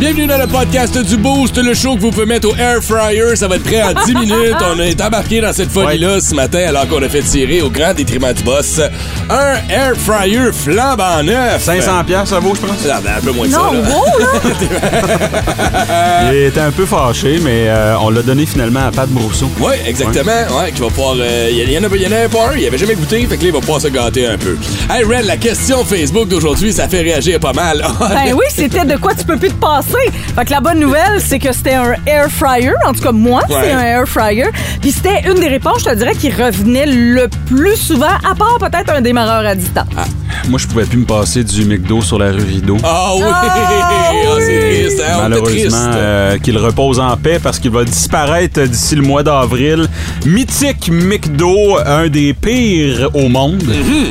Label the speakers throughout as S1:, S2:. S1: Bienvenue dans le podcast du Boost, le show que vous pouvez mettre au air fryer. Ça va être prêt en 10 minutes. On est embarqué dans cette folie-là ce matin alors qu'on a fait tirer au grand détriment du boss un air fryer flambant neuf.
S2: 500 pièces ça vaut, je pense.
S1: Ah, ben, un peu moins que
S3: Non,
S1: ça. là.
S3: gros, là!
S2: Il était un peu fâché, mais euh, on l'a donné finalement à Pat Brousseau.
S1: Ouais, exactement. Ouais, qui va pouvoir. euh, Il y, en a pas- il y en a pas un, il avait jamais goûté, fait que là, il va pouvoir se gâter un peu. Hey, Red, la question Facebook d'aujourd'hui, ça fait réagir pas mal.
S3: Ben oui, c'était de quoi tu peux plus te passer. Fait que la bonne nouvelle, c'est que c'était un air fryer. En tout cas, moi,
S1: Ouais.
S3: c'est un air fryer. Puis c'était une des réponses, je te dirais, qui revenait le plus souvent, à part peut-être un démarreur à distance.
S2: Moi, je pouvais plus me passer du McDo sur la rue Rideau.
S1: Ah oui! Ah, c'est triste, hein? On était triste.
S2: Malheureusement, euh, qu'il repose en paix parce qu'il va disparaître d'ici le mois d'avril. Mythique McDo, un des pires au monde.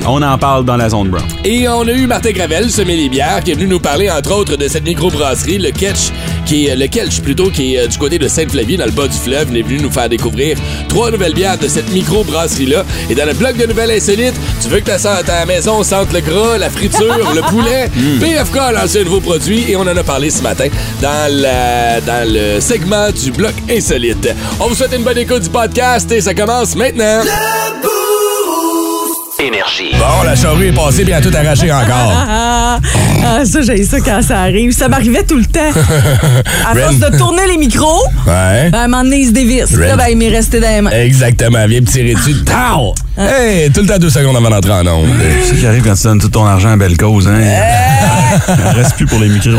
S2: On en parle dans la zone brown.
S1: Et on a eu Martin Gravel, semé les bières, qui est venu nous parler entre autres de cette microbrasserie, le Ketch, qui est, le Kelch plutôt, qui est euh, du côté de Sainte-Flavie, dans le bas du fleuve. Il est venu nous faire découvrir trois nouvelles bières de cette microbrasserie-là. Et dans le bloc de nouvelles insolites, tu veux que ta, sa- ta maison sente le gras, la friture, le poulet. PFK a lancé un nouveau produit et on en a parlé ce matin dans, la- dans le segment du bloc insolite. On vous souhaite une bonne écoute du podcast et ça commence maintenant.
S4: Énergie.
S1: Bon, la charrue est passée bien tout arrachée encore.
S3: Ah, ah, ça, j'ai ça quand ça arrive. Ça m'arrivait tout le temps. À force de tourner les micros,
S1: Ouais.
S3: ben, à un moment donné, il se dévisse. Là, ben, il m'est resté dans les mains.
S1: Exactement, viens me tirer dessus. Tao! Hey, tout le temps deux secondes avant d'entrer en onde.
S2: C'est ce qui arrive quand tu donnes tout ton argent à belle cause. Hein? reste plus pour les micros.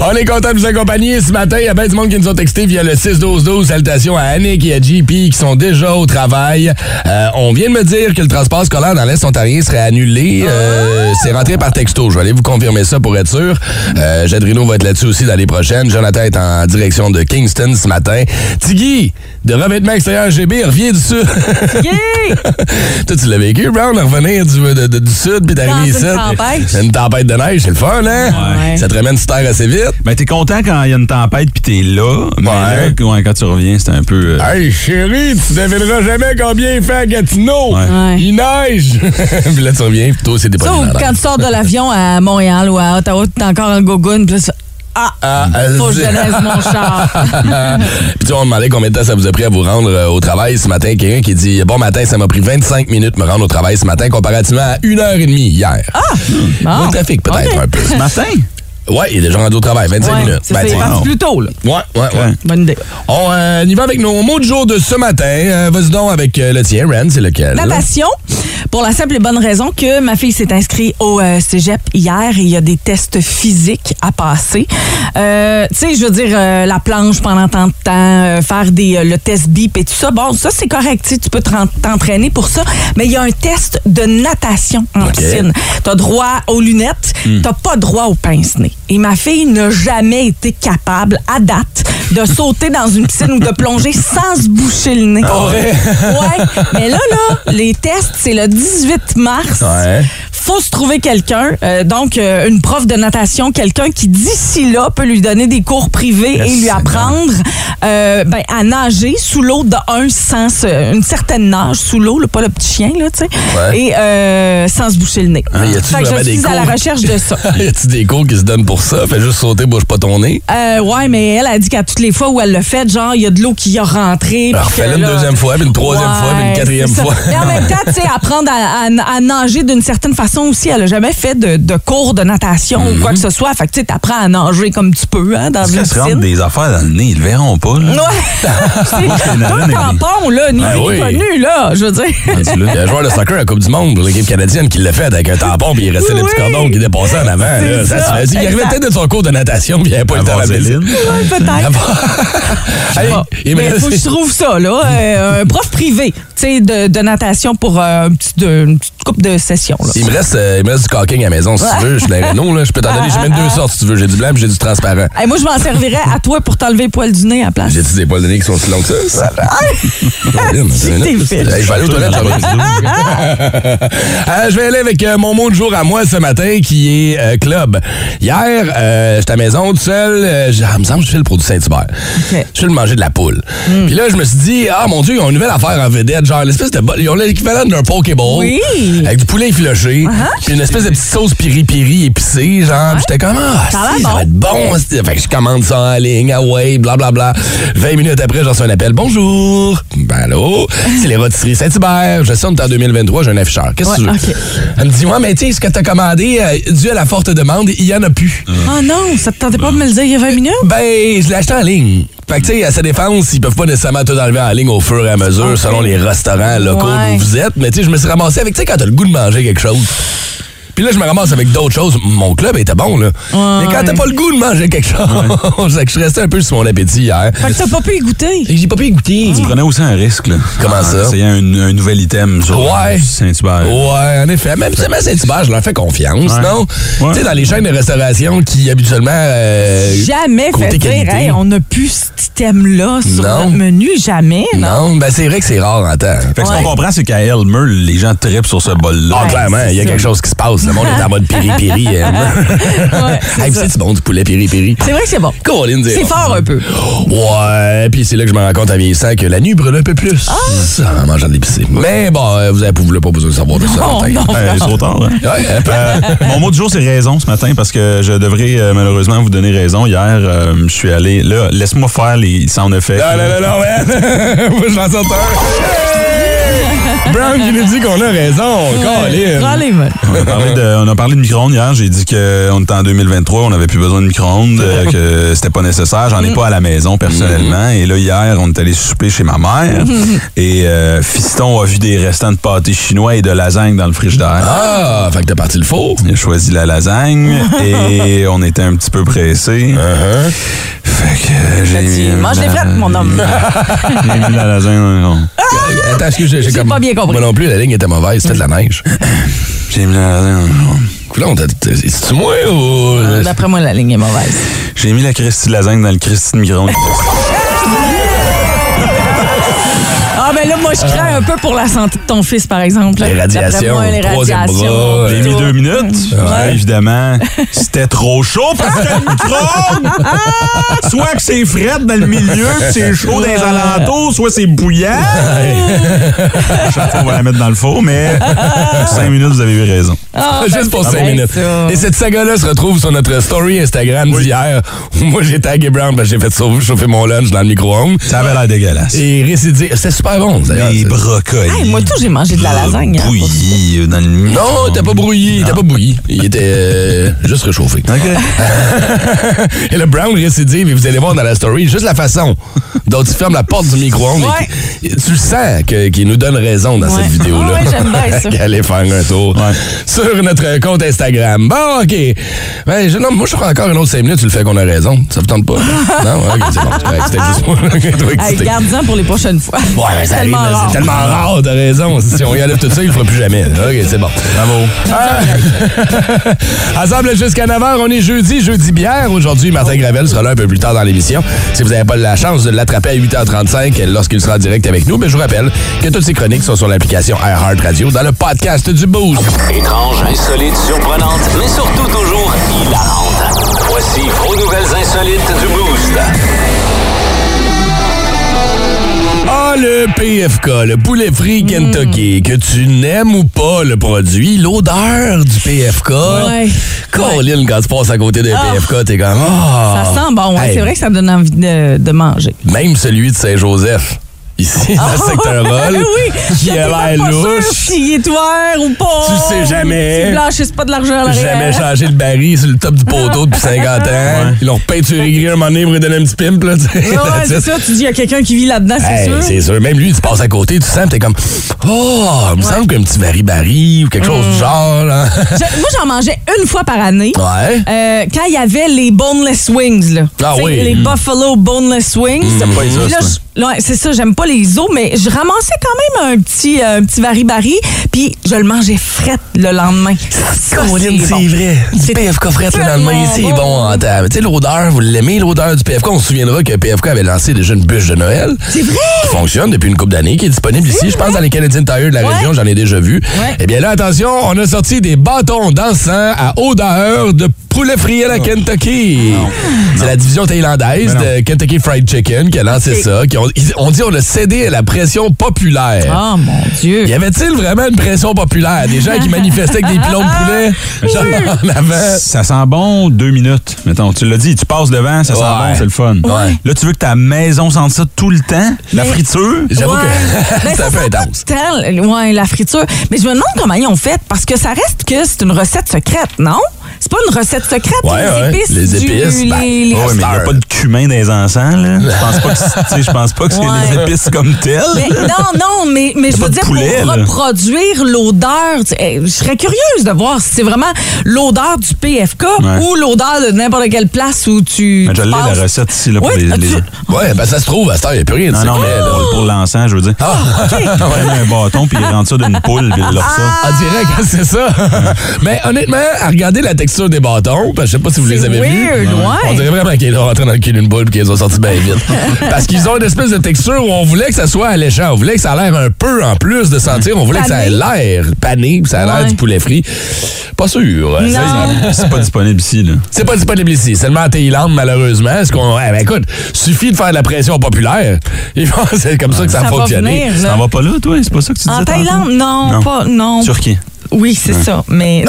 S1: On est content de vous accompagner ce matin. Il y a bien du monde qui nous ont texté via le 6-12-12. Salutations à Annick et à JP qui sont déjà au travail. Euh, on vient de me dire que le transport scolaire dans l'Est ontarien serait annulé. Euh, C'est rentré par texto. Je vais aller vous confirmer ça pour être sûr. Euh, Jadrino va être là-dessus aussi dans les prochaines. Jonathan est en direction de Kingston ce matin. Tiggy, de revêtement extérieur GB, revient du sud. Eh.
S3: Yeah!
S1: Toi, tu l'as vécu, Brown, à revenir du, de- de- du sud, puis
S3: Dans
S1: d'arriver
S3: une
S1: ici.
S3: tempête.
S1: Une tempête de neige, c'est le fun, hein?
S3: Ouais.
S1: Ça te ramène sur terre assez vite.
S2: Ben, t'es content quand il y a une tempête puis t'es là. Mais là,
S1: Ouais.
S2: quand- quand tu reviens, c'est un peu. euh,
S1: Hey, chérie, tu devineras jamais combien il fait à Gatineau.
S3: Ouais.
S1: Il neige. puis là, tu reviens, puis toi, c'est des
S3: Ça, ou
S1: problèmes.
S3: quand tu sors de l'avion à Montréal ou à Ottawa, t'es encore en gogoune, puis là, tu fais, Ah!
S1: Ah, euh,
S3: Faut que je
S1: c'est-
S3: lève mon char.
S1: Puis tu vois, on me demandait combien de temps ça vous a pris à vous rendre euh, au travail ce matin. Quelqu'un qui dit Bon matin, ça m'a pris 25 minutes de me rendre au travail ce matin, comparativement à une heure et demie hier. Ah! Moins de trafic, peut-être, un peu.
S2: Ce matin?
S1: Ouais, il est déjà rendu au travail, 25
S3: Ouais,
S1: minutes.
S3: c'est
S1: Ben,
S3: ça, il est
S1: tiens.
S3: parti plus tôt, là.
S1: Ouais, ouais, ouais.
S3: Bonne idée.
S1: On, euh, on y va avec nos mots de jour de ce matin. Euh, Vas-y donc avec euh, le tien, Ren, c'est lequel?
S3: Natation, pour la simple et bonne raison que ma fille s'est inscrite au euh, cégep hier et il y a des tests physiques à passer. Euh, tu sais, je veux dire, euh, la planche pendant tant de temps, euh, faire des, euh, le test bip et tout ça. Bon, ça, c'est correct. tu sais, Tu peux t'en- t'entraîner pour ça. Mais il y a un test de natation en piscine. Tu as droit aux lunettes, t'as pas droit aux pince-nez. Et ma fille n'a jamais été capable, à date, de sauter dans une piscine ou de plonger sans se boucher le nez. Ouais, mais là, là, les tests, c'est le 18 mars.
S1: Ouais.
S3: Faut se trouver quelqu'un, euh, donc euh, une prof de natation, quelqu'un qui d'ici là peut lui donner des cours privés
S1: Yes,
S3: et lui
S1: Seigneur.
S3: apprendre euh, ben, à nager sous l'eau de un sens, euh, une certaine nage sous l'eau, là, pas le petit chien, là, tu sais,
S1: Ouais.
S3: et euh, sans se boucher le nez.
S1: Mais y a-tu
S3: Fait que
S1: vraiment
S3: je
S1: des
S3: suis à la
S1: cours?
S3: recherche de ça.
S1: y a-tu des cours qui se donnent pour ça? Fais juste sauter, bouge pas ton nez.
S3: Euh, ouais, mais elle a dit qu'à toutes les fois où elle l'a fait, genre, il y a de l'eau qui y a rentré.
S1: Alors,
S3: puis que
S1: fais-le une
S3: là-
S1: deuxième fois, puis une troisième fois, puis une
S3: Ouais,
S1: quatrième
S3: c'est ça.
S1: fois.
S3: Mais en même temps, tu sais, apprendre à, à- à nager d'une certaine façon garçon aussi. Elle a jamais fait de, de cours de natation ou quoi que
S1: Mhm.
S3: ce soit. Fait que tu sais, t'apprends à nager comme tu peux hein, dans
S2: Est-ce
S3: une
S2: qu'elle se rentre
S3: piscine.
S2: des affaires dans le nez? Ils le verront pas, là.
S3: Ouais.
S2: c'est une
S3: Pas
S2: arène, Ah
S3: un tampon, là, ni
S1: Ben
S3: vu, ni
S1: oui.
S3: connu, là, je veux dire.
S1: Il y a un joueur de soccer à la Coupe du Monde pour l'équipe canadienne qui l'a fait avec un tampon puis il restait le petit
S3: Oui.
S1: cordon qui dépassait en avant.
S3: C'est
S1: là. Ça
S3: ça.
S1: se fait. Il arrivait
S3: Exact.
S1: peut-être de son cours de natation puis il avait pas le temps
S2: Avant
S1: à la piscine.
S2: Zéline.
S3: Ouais, peut-être.
S1: Hey, il me
S3: Mais
S1: reste-
S3: faut que je trouve ça, là. Euh, un prof privé, tu sais, de, de natation pour euh, un petit- de- une petite coupe de session, là.
S1: Il me reste, euh, il me reste du caulking à la maison si tu veux. Je suis dans Renault, là. Je peux t'en donner. J'ai même deux sortes si tu veux. J'ai du blanc puis j'ai du transparent.
S3: Hey, moi, je m'en servirais à toi pour t'enlever le poil du nez à la place.
S1: J'ai-tu des poils de nez qui sont si longs que ça? ça
S3: t'es fait.
S1: je vais aller aux toilettes. ça va. Euh, je vais aller avec euh, mon mot du jour à moi ce matin qui est euh, club. Hier, euh, j'étais à la maison tout seul. euh, j'ai- ah, il me semble que je fais le produit Saint-Hubert.
S3: Ok. Hmm.
S1: Je fais le manger de la poule. Puis là, je me suis dit, ah mon Dieu, ils ont une nouvelle affaire en vedette. Genre, l'espèce de. bol- Ils ont l'équivalent d'un Pokéball.
S3: Oui. Uh-huh.
S1: Avec du poulet effiloché. Puis une espèce de petite sauce piri-piri épicée. Genre, Puis j'étais comme, ah,
S3: Ça a l'air
S1: si, ça
S3: bon.
S1: va être bon. si. Fait que je commande ça en ligne, ah ouais, blablabla. 20 minutes après, j'en reçois un appel. Bonjour. Ben allô, c'est les rôtisseries Saint-Hubert. Je sonne en 2023, j'ai un afficheur. Qu'est-ce que
S3: Ouais,
S1: tu veux?
S3: ok.
S1: Elle me dit, ouais, mais tu sais, ce que t'as commandé, euh, dû à la forte demande, il y en a plus.
S3: Oh non, ça te tentait pas de me le dire il y a 20 minutes?
S1: Ben, je l'ai acheté en ligne. Fait que, tu sais, à sa défense, ils peuvent pas nécessairement tout enlever en ligne au fur et à mesure, selon les restaurants locaux
S3: Ouais.
S1: où vous êtes. Mais, tu sais, je me suis ramassé avec, tu sais, quand t'as le goût de manger quelque chose. Puis là, je me ramasse avec d'autres choses. Mon club était bon, là. Mais quand t'as pas le goût de manger quelque chose, fait que je restais un peu sur mon appétit hier.
S3: Fait que t'as pas Ah. pu y goûter.
S1: Et J'ai pas pu y goûter.
S2: Tu prenais aussi un risque, là.
S1: Comment
S2: En
S1: ça?
S2: essayant un, un nouvel item sur
S1: Ouais.
S2: Saint-Hubert.
S1: Ouais, en effet. Même si c'est Saint-Hubert, je leur fais confiance,
S2: Ouais.
S1: non?
S2: Ouais.
S1: Tu sais, dans les chaînes de restauration qui habituellement. euh,
S3: Jamais
S1: côté
S3: fait dire,
S1: qualité.
S3: hey, on n'a plus cet item-là sur
S1: Non.
S3: notre menu, jamais.
S1: non, ben c'est vrai que c'est rare en temps.
S2: Fait que ce
S3: Ouais.
S2: qu'on comprend, c'est qu'à Elmer, les gens trippent sur ce bol-là.
S1: Ah,
S3: Ouais,
S1: clairement,
S3: c'est
S1: il y a
S3: ça.
S1: quelque chose qui se passe. Le monde est en mode piri-piri.
S3: Ouais, c'est
S1: hey,
S3: ça.
S1: c'est bon du poulet piri-piri.
S3: C'est vrai que c'est bon.
S1: Colin,
S3: C'est fort un peu.
S1: Ouais, puis c'est là que je me rends compte à vieillissant que la nuit brûle un peu plus.
S3: Ah!
S1: Ça, en mangeant de l'épicé. Mais bon, euh, vous avez vous voulez pas besoin de savoir de ça.
S3: Non,
S1: en fait.
S3: non.
S2: Euh, c'est trop tard, là.
S1: Ouais, hein,
S2: Euh, mon mot du jour, c'est raison ce matin parce que je devrais euh, malheureusement vous donner raison. Hier, euh, je suis allé. Là, laisse-moi faire les sound effects.
S1: Non, non, non, non, man. Moi, je l'en sors un. Brown qui nous dit qu'on a raison. Colin.
S3: Raleigh-moi.
S1: euh,
S2: On a parlé de, on a parlé de micro-ondes hier. J'ai dit qu'on était en 2023, on n'avait plus besoin de micro-ondes, euh, que c'était pas nécessaire. J'en ai pas à la maison personnellement. Et là, hier, on est allé souper chez ma mère. Et euh, Fiston a vu des restants de pâté chinois et de lasagne dans le frigidaire.
S1: Ah, fait que t'as parti le faux.
S2: Il a choisi la lasagne et on était un petit peu pressé. Fait que j'ai
S3: T'as dit,
S1: euh,
S2: mis-
S3: mange les frettes, mon homme.
S2: J'ai mis la lasagne dans le fond.
S1: Attends, excuse, j'ai
S3: J'ai
S1: comme-
S3: pas bien compris.
S1: Moi non plus, la ligne était mauvaise, c'était de la neige.
S2: J'ai mis la lasagne dans le fond.
S1: Coulon, t'as- t'as- c'est-tu moi ou. euh,
S3: D'après moi, la ligne est mauvaise.
S2: J'ai mis la Christie de lasagne dans le Christie de micro-ondes.
S3: Ah, ben là, moi, je crains un peu pour la santé de ton fils, par exemple.
S1: Les
S3: D'après
S1: radiations,
S3: moi, les
S1: troisième
S3: radiations.
S1: bras,
S2: J'ai mis deux minutes. Là, évidemment, c'était trop chaud parce que le micro-ondes, soit que c'est fret dans le milieu, que c'est chaud dans les alentours, soit c'est bouillant. Chaque fois, on va la mettre dans le four, mais cinq minutes, vous avez eu raison.
S3: Ah, ben,
S1: Juste pour
S3: c'est
S1: 5
S3: bien
S1: minutes.
S3: ça.
S1: Et cette saga-là se retrouve sur notre story Instagram d'hier. où Moi, j'ai tagué Brown parce que j'ai fait sauver- chauffer mon lunch dans le micro-ondes.
S2: Ça avait l'air dégueulasse.
S1: Et récidive. C'était super bon, d'ailleurs.
S2: Les
S1: C'est-
S2: brocolis.
S3: euh, Hey, moi, tout, j'ai mangé de la lasagne. hein, pour-
S2: Bouilli euh, dans le micro.
S1: Non, t'as pas brouillé, t'as pas bouilli. Il était euh, juste réchauffé. Et le Brown récidive, et vous allez voir dans la story, juste la façon dont il ferme la porte du micro-ondes.
S3: Ouais.
S1: et qu'il- Tu sens que- qu'il nous donne raison dans
S3: Ouais.
S1: cette vidéo-là.
S3: Ouais, j'aime bien ça.
S1: Allez faire un tour sur notre compte Instagram. Bon, OK. Ben, je- non, moi, je prends encore une autre 5 minutes, tu le fais qu'on a raison. Ça vous tente pas? non? OK, c'est bon. c'est correct, C'était juste moi qui dois
S3: Hey,
S1: exciter.
S3: garde-en pour les prochaines fois.
S1: Ouais, mais ça arrive,
S3: Tellement
S1: mais
S3: rare.
S1: c'est tellement rare, t'as raison. Si on y enlève tout ça, il le fera plus jamais. OK, c'est bon. Bravo. Ensemble jusqu'à 9h, on est jeudi, jeudi bière. Aujourd'hui, Martin Gravel sera là un peu plus tard dans l'émission. Si vous n'avez pas la chance de l'attraper à 8h35 lorsqu'il sera en direct avec nous, ben, je vous rappelle que toutes ces chroniques sont sur l'application iHeartRadio dans le podcast du Boost.
S4: Étrange, insolite, surprenante, mais surtout toujours hilarante. Voici vos nouvelles insolites du Boost.
S1: Ah, le PFK, le poulet frit Kentucky, que tu n'aimes ou pas le produit, l'odeur du PFK.
S3: Ouais.
S1: Colin, quand tu passes à côté d'un
S3: Ah.
S1: PFK, t'es comme. Ah!
S3: Ça sent bon, ouais,
S1: Hey,
S3: c'est vrai que ça me donne envie de, de manger.
S1: Même celui de Saint-Joseph. ici, dans ce secteur-là, là,
S3: Ah ben oui,
S1: qui
S3: j'étais
S1: a
S3: même
S1: l'air
S3: pas sûre
S1: louche.
S3: S'il est ouvert ou pas.
S1: Tu sais jamais.
S3: Tu blanchissent pas de l'argent à l'arrière.
S1: Jamais changé le baril sur le top du poteau depuis 50 ans. Ils l'ont repeinturé gris un moment donné pour lui donner un petit pimp. Là, tu sais.
S3: Ouais, ouais,
S1: That's
S3: c'est
S1: it.
S3: ça. Tu dis, il y a quelqu'un qui vit là-dedans, c'est
S1: Hey,
S3: sûr.
S1: c'est sûr. Même lui, tu passes à côté, tu sens, t'es comme, oh, il me semble qu'un petit bari-bari ou quelque chose
S3: Mm.
S1: du genre. là.
S3: Je- moi, j'en mangeais une fois par année.
S1: Ouais.
S3: Euh, quand il y avait les boneless wings, là.
S1: Ah
S3: Tu sais,
S1: oui.
S3: Les
S1: Mm.
S3: buffalo boneless wings.
S1: pas les os,
S3: Puis là,
S1: toi.
S3: je- là, c'est ça, j'aime pas les os, mais je ramassais quand même un petit, euh, un petit bari-bari, puis je le mangeais fret le lendemain. Ça,
S1: Colin,
S3: bon.
S1: c'est vrai. Du
S3: C'est
S1: PFK fret le lendemain, c'est
S3: tellement
S1: bon en table. Tu sais, l'odeur, vous l'aimez, l'odeur du PFK. On se souviendra que PFK avait lancé déjà une bûche de Noël. C'est vrai. Qui fonctionne depuis une couple d'années, qui est disponible ici. Je pense dans les Canadian Tire de la
S3: Ouais.
S1: région, j'en ai déjà vu.
S3: Ouais.
S1: Eh bien là, attention, on a sorti des bâtons dansants à odeur de poulet frit à la Kentucky. C'est la division thaïlandaise de Kentucky Fried Chicken qui a lancé ça. qui ont- ils- on dit on a cédé à la pression populaire.
S3: Oh mon Dieu.
S1: Y avait-il vraiment une pression populaire? Des gens qui manifestaient avec des pilons de poulet? Genre en avant.
S2: Ça sent bon deux minutes. Mettons, tu l'as dit, tu passes devant, ça sent
S1: Ouais.
S2: bon, c'est le fun.
S1: Ouais.
S2: Là, tu veux que ta maison sente ça tout le temps? La
S3: Mais-
S2: friture?
S1: J'avoue
S3: Ouais.
S1: que
S3: Ben,
S1: c'est
S3: ça
S1: un peu
S3: sent pas
S1: intense.
S3: tant, ouais, la friture. Mais je me demande comment ils ont fait, parce que ça reste que c'est une recette secrète, non? C'est pas une recette secrète,
S1: Ouais, ouais.
S3: les épices.
S1: Les épices,
S3: du-
S1: ben,
S3: les- les-
S1: ouais,
S2: Ouais, mais il n'y a
S1: Star.
S2: pas de cumin dans les encens, là. Je pense pas que c'est- tu sais, je pense pas que c'est
S3: Ouais.
S2: les épices comme telles.
S3: Mais Ben, non, non, mais, mais je
S2: pas
S3: veux
S2: de
S3: dire,
S2: poulet,
S3: pour
S2: là.
S3: reproduire l'odeur, tu- eh, je serais curieuse de voir si c'est vraiment l'odeur du PFK
S2: Ouais.
S3: ou l'odeur de n'importe quelle place où tu.
S2: Mais je
S3: tu
S2: l'ai, la
S3: passes.
S2: recette ici, là, pour
S3: Oui,
S2: les-
S3: tu-
S2: les-
S1: Ouais, ben ça se trouve, à cette heure, il n'y a plus rien de
S2: Non, non, mais
S1: secret. là.
S2: pour, pour l'encens, je veux dire. Ah, un bâton, puis il rentre ça d'une poule, puis il leur ça.
S1: En direct, hein, c'est ça. Mais honnêtement, à regarder la texture des bâtons, parce que je sais pas si vous les
S3: C'est
S1: avez vus.
S3: weird, ouais.
S1: On dirait vraiment qu'ils ont rentré dans le cul d'une boule et qu'ils ont sorti bien vite. parce qu'ils ont une espèce de texture où on voulait que ça soit alléchant. On voulait que ça ait l'air un peu en plus de sentir. On voulait que ça ait l'air pané, puis ça a l'air
S3: Ouais.
S1: du poulet frit. Pas sûr. hein, ça,
S3: Non.
S2: C'est pas disponible ici, là.
S1: C'est pas disponible ici, seulement en Thaïlande, malheureusement. Ce qu'on, eh ben, écoute, suffit de faire de la pression populaire. Et bon, c'est comme ça que ça,
S3: Ça
S1: a
S3: va
S1: fonctionné.
S3: venir,
S2: Tu
S3: là.
S2: t'en vas pas là, toi? C'est pas ça que tu disais
S3: En
S2: tantôt?
S3: Thaïlande, non,
S2: Non.
S3: pas. Non.
S2: Turquie.
S3: Oui, c'est ça, mais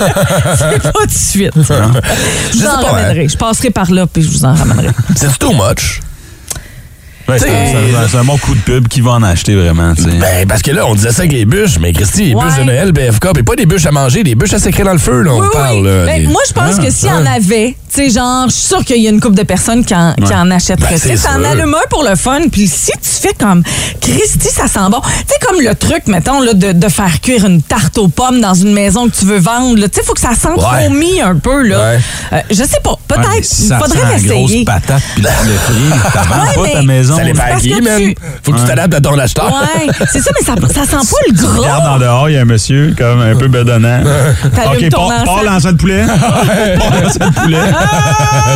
S3: c'est pas tout de suite. Je vous
S1: sais
S3: en
S1: pas, hein.
S3: ramènerai. Je passerai par là, puis je vous en ramènerai.
S1: C'est too much.
S2: Ouais, c'est,
S1: T'sais-
S2: c'est un- c'est un bon coup de pub qui va en acheter vraiment, tu sais.
S1: Ben, parce que là, on disait ça avec les bûches, mais Christy, les
S3: Ouais.
S1: bûches de Noël, BFK, mais pas des bûches à manger, des bûches à sécrer dans le feu, là, on
S3: Oui, oui,
S1: parle.
S3: oui.
S1: là,
S3: Ben,
S1: des-
S3: moi, je pense
S1: Ah,
S3: que s'il y en
S1: ah.
S3: avait, tu sais, genre, je suis sûre qu'il y a une couple de personnes qui en, qui en achèteraient.
S1: Ben,
S3: Tu sais,
S1: c'est
S3: T'en
S1: sûr.
S3: allumes un pour le fun, puis si tu fais comme Christy, ça sent bon. Tu sais, comme le truc, mettons, là, de, de faire cuire une tarte aux pommes dans une maison que tu veux vendre, là. tu sais, faut que ça sente
S1: Ouais.
S3: vomi un peu, là.
S1: Ouais.
S3: Euh, je sais pas,
S2: Ouais, mais
S3: peut-être,
S2: si ça
S3: faudrait
S2: sent la grosse
S3: l'essayer.
S2: patate puis le poulet frit, t'as vends pas
S3: mais-
S2: ta maison.
S1: Ça dépend à
S3: Parce
S1: qui,
S3: que
S1: man.
S3: tu-
S1: Faut que tu t'adaptes à ton acheteur.
S3: Ouais, c'est ça, mais ça, ça sent pas le
S2: Tu Regarde en
S3: gros.
S2: dehors, il y a un monsieur comme un peu bedonnant.
S3: T'allumes
S2: OK,
S3: ton
S2: pars
S3: encens.
S2: pars l'encens de poulet. Pars l'encens de poulet.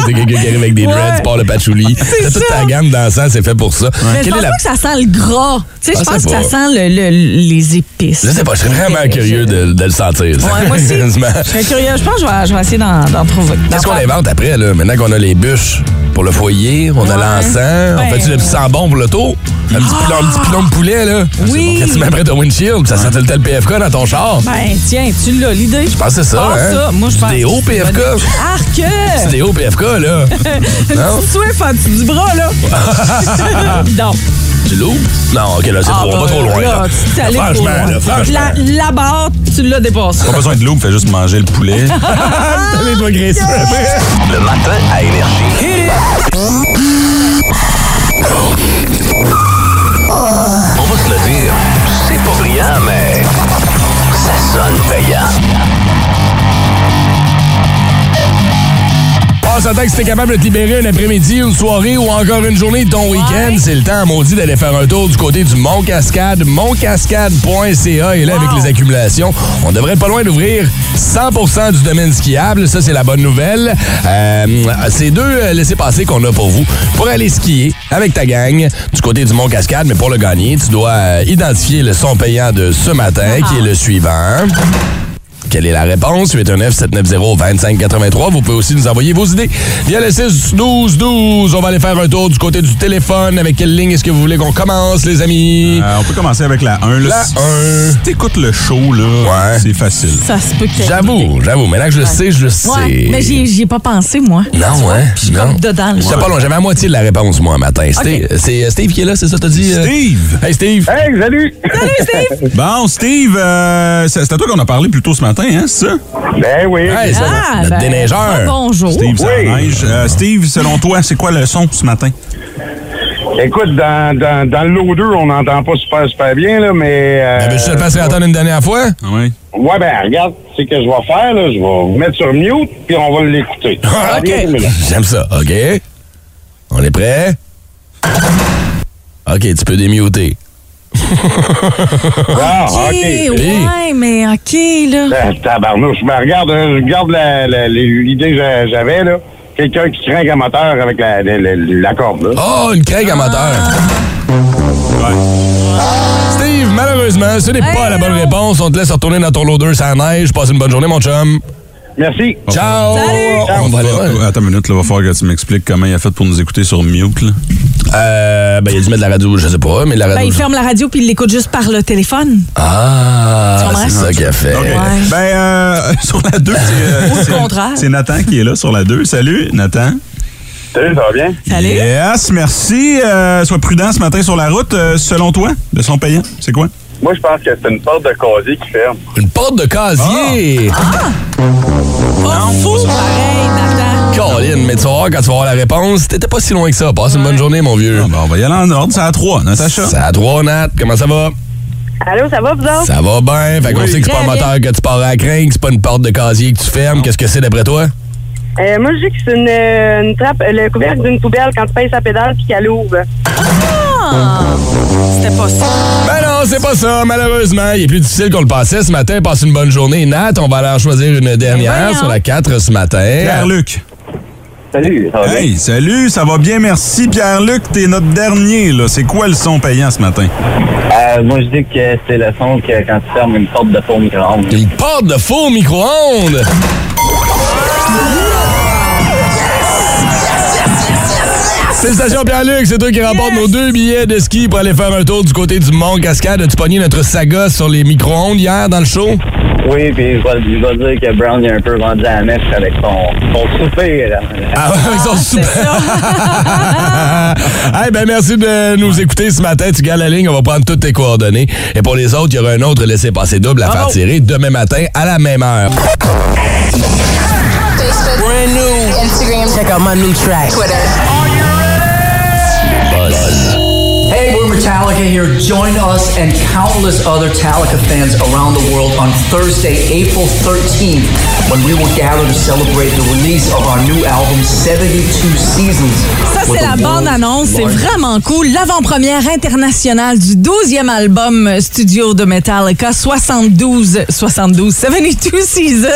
S1: C'est quelqu'un qui arrive avec des
S3: Ouais.
S1: dreads, part le patchouli.
S3: C'est
S1: T'as toute
S3: ça.
S1: ta gamme dansant, c'est fait pour ça.
S3: Mais je
S1: Quelle
S3: pense
S1: est la-
S3: pas que ça sent le gras. Tu sais,
S1: Ah,
S3: je pense
S1: c'est
S3: que ça
S1: pas-
S3: sent le- le- les épices.
S1: Je sais pas, je serais vraiment curieux de, de le sentir. ça.
S3: Ouais, moi aussi.
S1: Sérieusement.
S3: Je serais curieux. Je pense que je vais, je vais essayer d'en d'en trouver.
S1: Qu'est-ce
S3: D'en
S1: qu'on
S3: faire.
S1: invente après, là? Maintenant qu'on a les bûches pour le foyer, on
S3: Ouais.
S1: a l'encens, on
S3: Ben,
S1: fait-tu le petit sang bon pour l'auto? Un petit, pilon, un petit pilon de poulet, là?
S3: Oui.
S1: Que tu mets après ton windshield, ça sentait le tel PFK dans ton char.
S3: Ben, tiens, tu l'as, l'idée. Je
S1: pense que c'est ça, hein?
S3: ça. Moi, je
S1: Du
S3: pense.
S1: déo
S3: que c'est une
S1: PFK.
S3: bonne idée. Arc!
S1: C'était au PFK, là. non?
S3: Swift en dessous du bras, là. non.
S1: Tu loupes? Non, OK, là, c'est
S3: Ah,
S1: trop,
S3: ben,
S1: on va trop loin, là.
S3: tu t'es allé trop
S1: franchement,
S3: loin.
S1: là, franchement.
S3: La, la barre, tu l'as dépassée.
S2: Pas besoin de loup, fais juste manger le poulet.
S1: Allez, toi, Gracie.
S5: Le matin à Énergie. On va se le dire, c'est pas brillant, mais ça sonne payant.
S1: On s'entend que si t'es capable de te libérer un après-midi, une soirée ou encore une journée de ton week-end, c'est le temps, maudit, d'aller faire un tour du côté du Mont Cascade, montcascade.ca. Et là, avec les accumulations, on devrait être pas loin d'ouvrir 100 du domaine skiable. Ça, c'est la bonne nouvelle. Euh, c'est deux euh, laissés-passer qu'on a pour vous pour aller skier avec ta gang du côté du Mont Cascade. Mais pour le gagner, tu dois euh, identifier le son payant de ce matin, qui est le suivant. Quelle est la réponse? 819-790-2583. Vous pouvez aussi nous envoyer vos idées via le 6-12-12. On va aller faire un tour du côté du téléphone. Avec quelle ligne est-ce que vous voulez qu'on commence, les amis?
S6: Euh, on peut commencer avec la 1. Là.
S1: La
S6: Si-
S1: un.
S6: Si t'écoutes le show, là,
S1: Ouais.
S6: c'est facile.
S3: Ça se peut que.
S1: J'avoue, j'avoue. Maintenant que je le sais, je le sais.
S3: Ouais, mais j'y j'y ai pas pensé, moi.
S1: Non, hein?
S3: Je suis
S1: Non.
S3: comme dedans, là.
S1: C'était pas long, j'avais à moitié de la réponse, moi, un matin. C'était- C'est euh, Steve qui est là, c'est ça, t'as dit? euh?
S6: Steve!
S1: Hey, Steve!
S7: Hey, salut!
S6: Bon, Steve, euh, c'est c'est à toi qu'on a parlé plus tôt ce matin, hein, c'est ça?
S7: Ben oui.
S1: Hey, ça,
S3: Ah,
S1: notre
S3: ben,
S1: déneigeur!
S3: Bonjour.
S6: Steve, ça
S7: Oui.
S6: neige. Euh, Steve, selon toi, c'est quoi le son ce matin?
S7: Écoute, dans, dans, dans le lot 2, on n'entend pas super, super bien, là, mais... euh,
S1: Ah, ben, je te le passerai attendre une dernière fois.
S6: Oui.
S7: ouais, ben, regarde, c'est que je vais faire, là. Je vais vous mettre sur mute, puis on va l'écouter.
S1: Ah,
S7: Allez, une minute.
S1: J'aime ça, OK? On est prêt? OK, tu peux démuter.
S7: Ah,
S3: OK,
S7: OK.
S3: ouais, mais OK, là.
S7: Ben, tabarnouche. Ben, regarde, euh, je garde la- la- l'idée que j'avais, là. Quelqu'un qui craint un moteur avec la, la, la- la corde, là.
S1: Oh, une craig amateur! Steve, malheureusement, ce n'est pas la bonne réponse. On te laisse retourner dans ton loader sans neige. Passe une bonne journée, mon chum.
S7: Merci.
S1: Ciao! On va aller
S6: Va-
S1: voir.
S6: Attends une minute, là, va falloir que tu m'expliques comment il a fait pour nous écouter sur mute. Là.
S1: Euh, ben, il a dû mettre de la radio, je sais pas, mais de la
S3: Ben,
S1: radio.
S3: il ferme la radio puis il l'écoute juste par le téléphone. Tu
S1: Ah,
S3: comprends?
S1: c'est ça qu'il a fait.
S6: OK.
S3: Ouais.
S6: Ben, euh, sur la 2, c'est. euh,
S3: Au
S6: c'est-
S3: contraire.
S6: C'est Nathan qui est là sur la 2. Salut, Nathan.
S7: Salut, ça va bien?
S3: Salut.
S6: Yes, merci. Euh, sois prudent ce matin sur la route. Euh, selon toi, le son payant, c'est quoi?
S7: Moi, je pense que c'est une porte de casier qui ferme.
S1: Une porte de casier!
S3: Pas fou, Oh, pareil, Nathan.
S1: Caroline, mais tu vas voir, quand tu vas avoir la réponse, t'étais pas si loin que ça. Passe une bonne journée, mon vieux.
S6: Ah, ben, on va y aller en ordre. C'est à 3, Natacha.
S1: Ça a trois Nat. Comment ça va?
S4: Allô, ça va, vous autres?
S1: Ça va bien. Fait qu'on sait que c'est pas un
S3: Très
S1: moteur que tu pars à craindre, que c'est pas une porte de casier que tu fermes. Qu'est-ce que c'est d'après toi?
S4: Euh, moi, je dis que c'est une, euh, une trappe, euh, le couvercle d'une poubelle quand tu pèses sa pédale puis qu'elle ouvre.
S3: C'était pas ça.
S1: Ben non, c'est pas ça, malheureusement. Il est plus difficile qu'on le pensait ce matin. Passe une bonne journée, Nat. On va aller en choisir une dernière
S3: voyons.
S1: sur la 4 ce matin.
S6: Pierre-Luc.
S7: Salut, ça va bien?
S6: Hey, salut, ça va bien, merci. Pierre-Luc, t'es notre dernier, là. C'est quoi le son payant ce matin?
S7: Euh, moi, je dis que c'est le son que quand tu fermes une porte de four micro-ondes.
S1: Une porte de faux micro-ondes. Félicitations Pierre-Luc, c'est toi qui remporte nos deux billets de ski pour aller faire un tour du côté du Mont Cascade. As-tu pogné notre saga sur les micro-ondes hier dans le show?
S7: Oui, puis je vais, je vais dire que Brown est un peu vendu à la mèche avec son, son souper. Là.
S1: Ah, ouais, ils sont super. hey, ben merci de nous écouter ce matin. Tu gardes la ligne, on va prendre toutes tes coordonnées. Et pour les autres, il y aura un autre laissez passer double à
S3: Ah
S1: faire tirer demain matin à la même heure.
S8: Brand new. Instagram. Check out my new track. Twitter.
S9: Hey, we're Metallica here. Join us and countless other Metallica fans around the world on Thursday, April 13th, when we will gather to celebrate the release of our new album, 72 Seasons.
S3: Ça,
S9: We're
S3: c'est la
S9: the world's
S3: bande-annonce. C'est
S9: largest-
S3: vraiment cool. L'avant-première internationale du 12e album euh, studio de Metallica, 72, 72, 72 Seasons.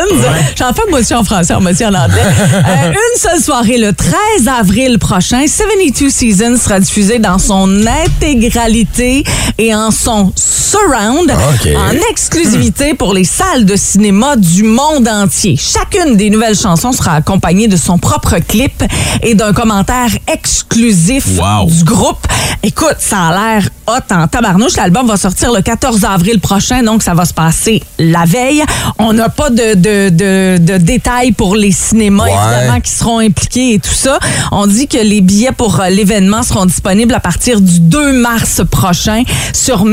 S3: J'en fais moitié en français, en moitié en anglais. Euh, une seule soirée, le 13 avril prochain, 72 Seasons sera diffusé dans son intégralité et en son surround,
S1: Ok.
S3: en exclusivité pour les salles de cinéma du monde entier. Chacune des nouvelles chansons sera accompagnée de son propre clip et d'un commentaire exclusif
S6: Wow.
S3: du groupe. Écoute, ça a l'air hot en tabarnouche. L'album va sortir le 14 avril prochain, donc ça va se passer la veille. On n'a pas de, de, de- de détails pour les cinémas,
S1: Ouais.
S3: évidemment, qui seront impliqués et tout ça. On dit que les billets pour euh, l'événement seront disponibles à partir du 2 mars prochain sur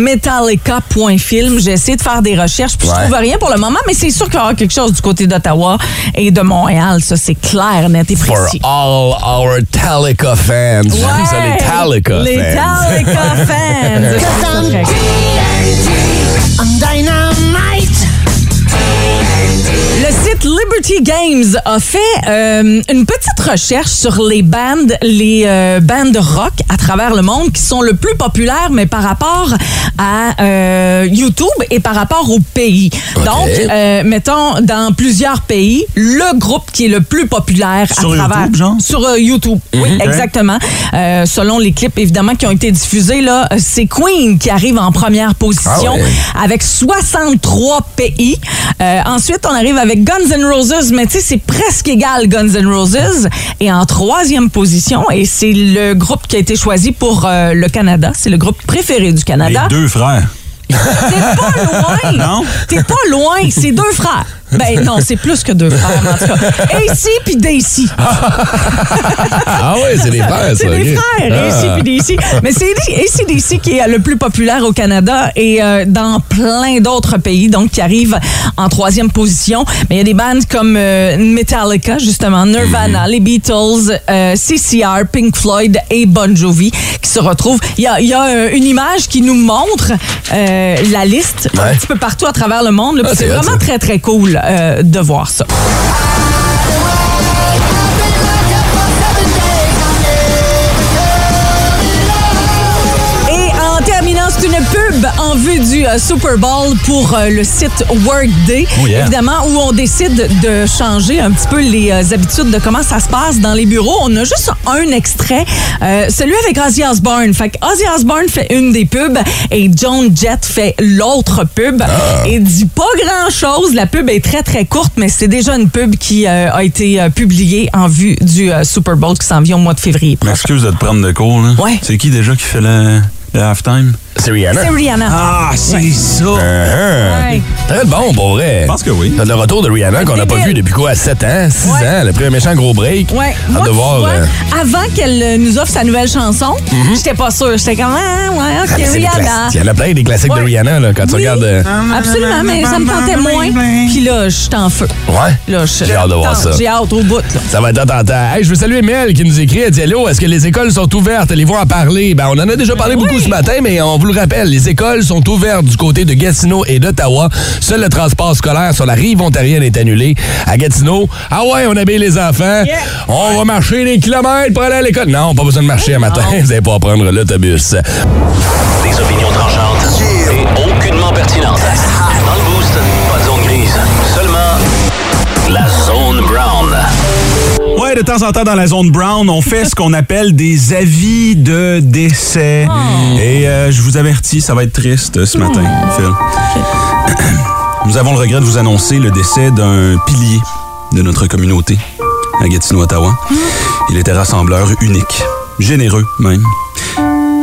S3: metallica.film. J'ai essayé de faire des recherches, puis
S1: Ouais.
S3: je trouve rien pour le moment, mais c'est sûr qu'il y aura quelque chose du côté d'Ottawa et de Montréal. Ça, c'est clair, net et
S1: For
S3: précis.
S1: all our Metallica fans. J'aime ça, les Metallica
S3: Les
S1: fans.
S3: Metallica fans. C'est correct. Le site Dirty Games a fait euh, une petite recherche sur les bandes, les euh, bandes rock à travers le monde qui sont le plus populaires, mais par rapport à euh, YouTube et par rapport au pays. Donc, euh, mettons, dans plusieurs pays, le groupe qui est le plus populaire
S6: Sur
S3: à travers...
S6: YouTube, genre?
S3: Sur euh, YouTube, oui,
S6: Mhm. Ok.
S3: exactement. Euh, selon les clips, évidemment, qui ont été diffusés, là, euh, c'est Queen qui arrive en première
S10: Ah
S3: position
S10: ouais.
S3: avec 63 pays. Euh, ensuite, on arrive avec Guns N' Roses, mais tu sais, c'est presque égal Guns N' Roses. Et en troisième position, et c'est le groupe qui a été choisi pour euh, le Canada, c'est le groupe préféré du Canada.
S2: Deux frères.
S3: T'es pas loin! T'es pas loin, c'est deux frères. Ben non, c'est plus que deux frères, mais en tout cas. AC puis Daisy.
S1: Ah ouais, c'est des frères, ça.
S3: C'est des
S1: ok.
S3: frères,
S1: Ah.
S3: AC puis DC. Mais c'est ACDC qui est le plus populaire au Canada et euh, dans plein d'autres pays, donc qui arrive en troisième position. Mais il y a des bandes comme euh, Metallica, justement, Nirvana,
S1: Mm-hmm.
S3: les Beatles, euh, CCR, Pink Floyd et Bon Jovi qui se retrouvent. Il y a, il y a, euh, une image qui nous montre euh, la liste un petit peu partout à travers le monde. là,
S10: Ah,
S3: puis
S10: c'est
S3: c'est
S10: hot,
S3: vraiment
S10: ça.
S3: très, très cool euh, de voir ça. Et en terminant, c'est une pub en vue du euh, Super Bowl pour euh, le site Workday.
S10: Oh yeah.
S3: Évidemment, où on décide de changer un petit peu les euh, habitudes de comment ça se passe dans les bureaux. On a juste un extrait, euh, celui avec Ozzy Osbourne. Fait que Ozzy Osbourne fait une des pubs et John Jett fait l'autre pub.
S10: Ah.
S3: Et dit pas grand-chose. La pub est très, très courte, mais c'est déjà une pub qui euh, a été euh, publiée en vue du euh, Super Bowl qui s'en vient au mois de février.
S10: Ah.
S2: Excuse de te prendre de court, là. C'est qui déjà qui fait le, le halftime?
S1: C'est
S3: C'est Rihanna.
S2: Ah, c'est ça!
S6: Euh,
S3: Ouais.
S1: Très bon, pour vrai. Je pense
S2: que oui.
S1: C'est le retour de Rihanna qu'on n'a pas vu depuis quoi? 7 ans, 6 ans, le premier méchant gros break.
S3: Ouais.
S1: Hâte
S3: Moi,
S1: de
S3: tu
S1: voir,
S3: vois,
S1: euh,
S3: avant qu'elle euh, nous offre sa nouvelle chanson,
S1: Mhm.
S3: j'étais pas sûre. J'étais comme, ah, ouais,
S1: Ah,
S3: ok,
S1: mais c'est des
S3: Rihanna.
S1: classiques. Il y en a plein des classiques de
S3: Ouais.
S1: Rihanna là, quand tu
S3: Oui.
S1: regardes. euh,
S6: hein?
S3: Absolument, mais ça me tentait moins. Puis là, je suis en feu.
S1: Ouais.
S3: Là, je-
S1: J'ai hâte de voir ça.
S3: J'ai hâte au bout. là.
S1: Ça va être tentant. Hey, je veux saluer Mel qui nous écrit. Elle dit Allô, est-ce que les écoles sont ouvertes Allez voir à parler. Ben, on en a déjà parlé beaucoup ce matin, mais on vous le rappelle les écoles sont ouvertes du côté de Gatineau et d'Ottawa. Seul le transport scolaire sur la rive ontarienne est annulé. À Gatineau, ah ouais, on habille les enfants. On va marcher des kilomètres pour aller à l'école. Non, pas besoin de marcher un
S3: Ben
S1: matin. Vous n'allez pas prendre l'autobus.
S5: Des opinions tranchantes et aucunement pertinentes. Dans le boost, pas de zone grise, seulement la zone brown.
S2: Ouais, de temps en temps, dans la zone brown, on fait ce qu'on appelle des avis de décès.
S3: Oh.
S2: Et euh, je vous avertis, ça va être triste euh, ce matin, Phil. Nous avons le regret de vous annoncer le décès d'un pilier de notre communauté à Gatineau, Ottawa. Il était rassembleur unique, généreux même.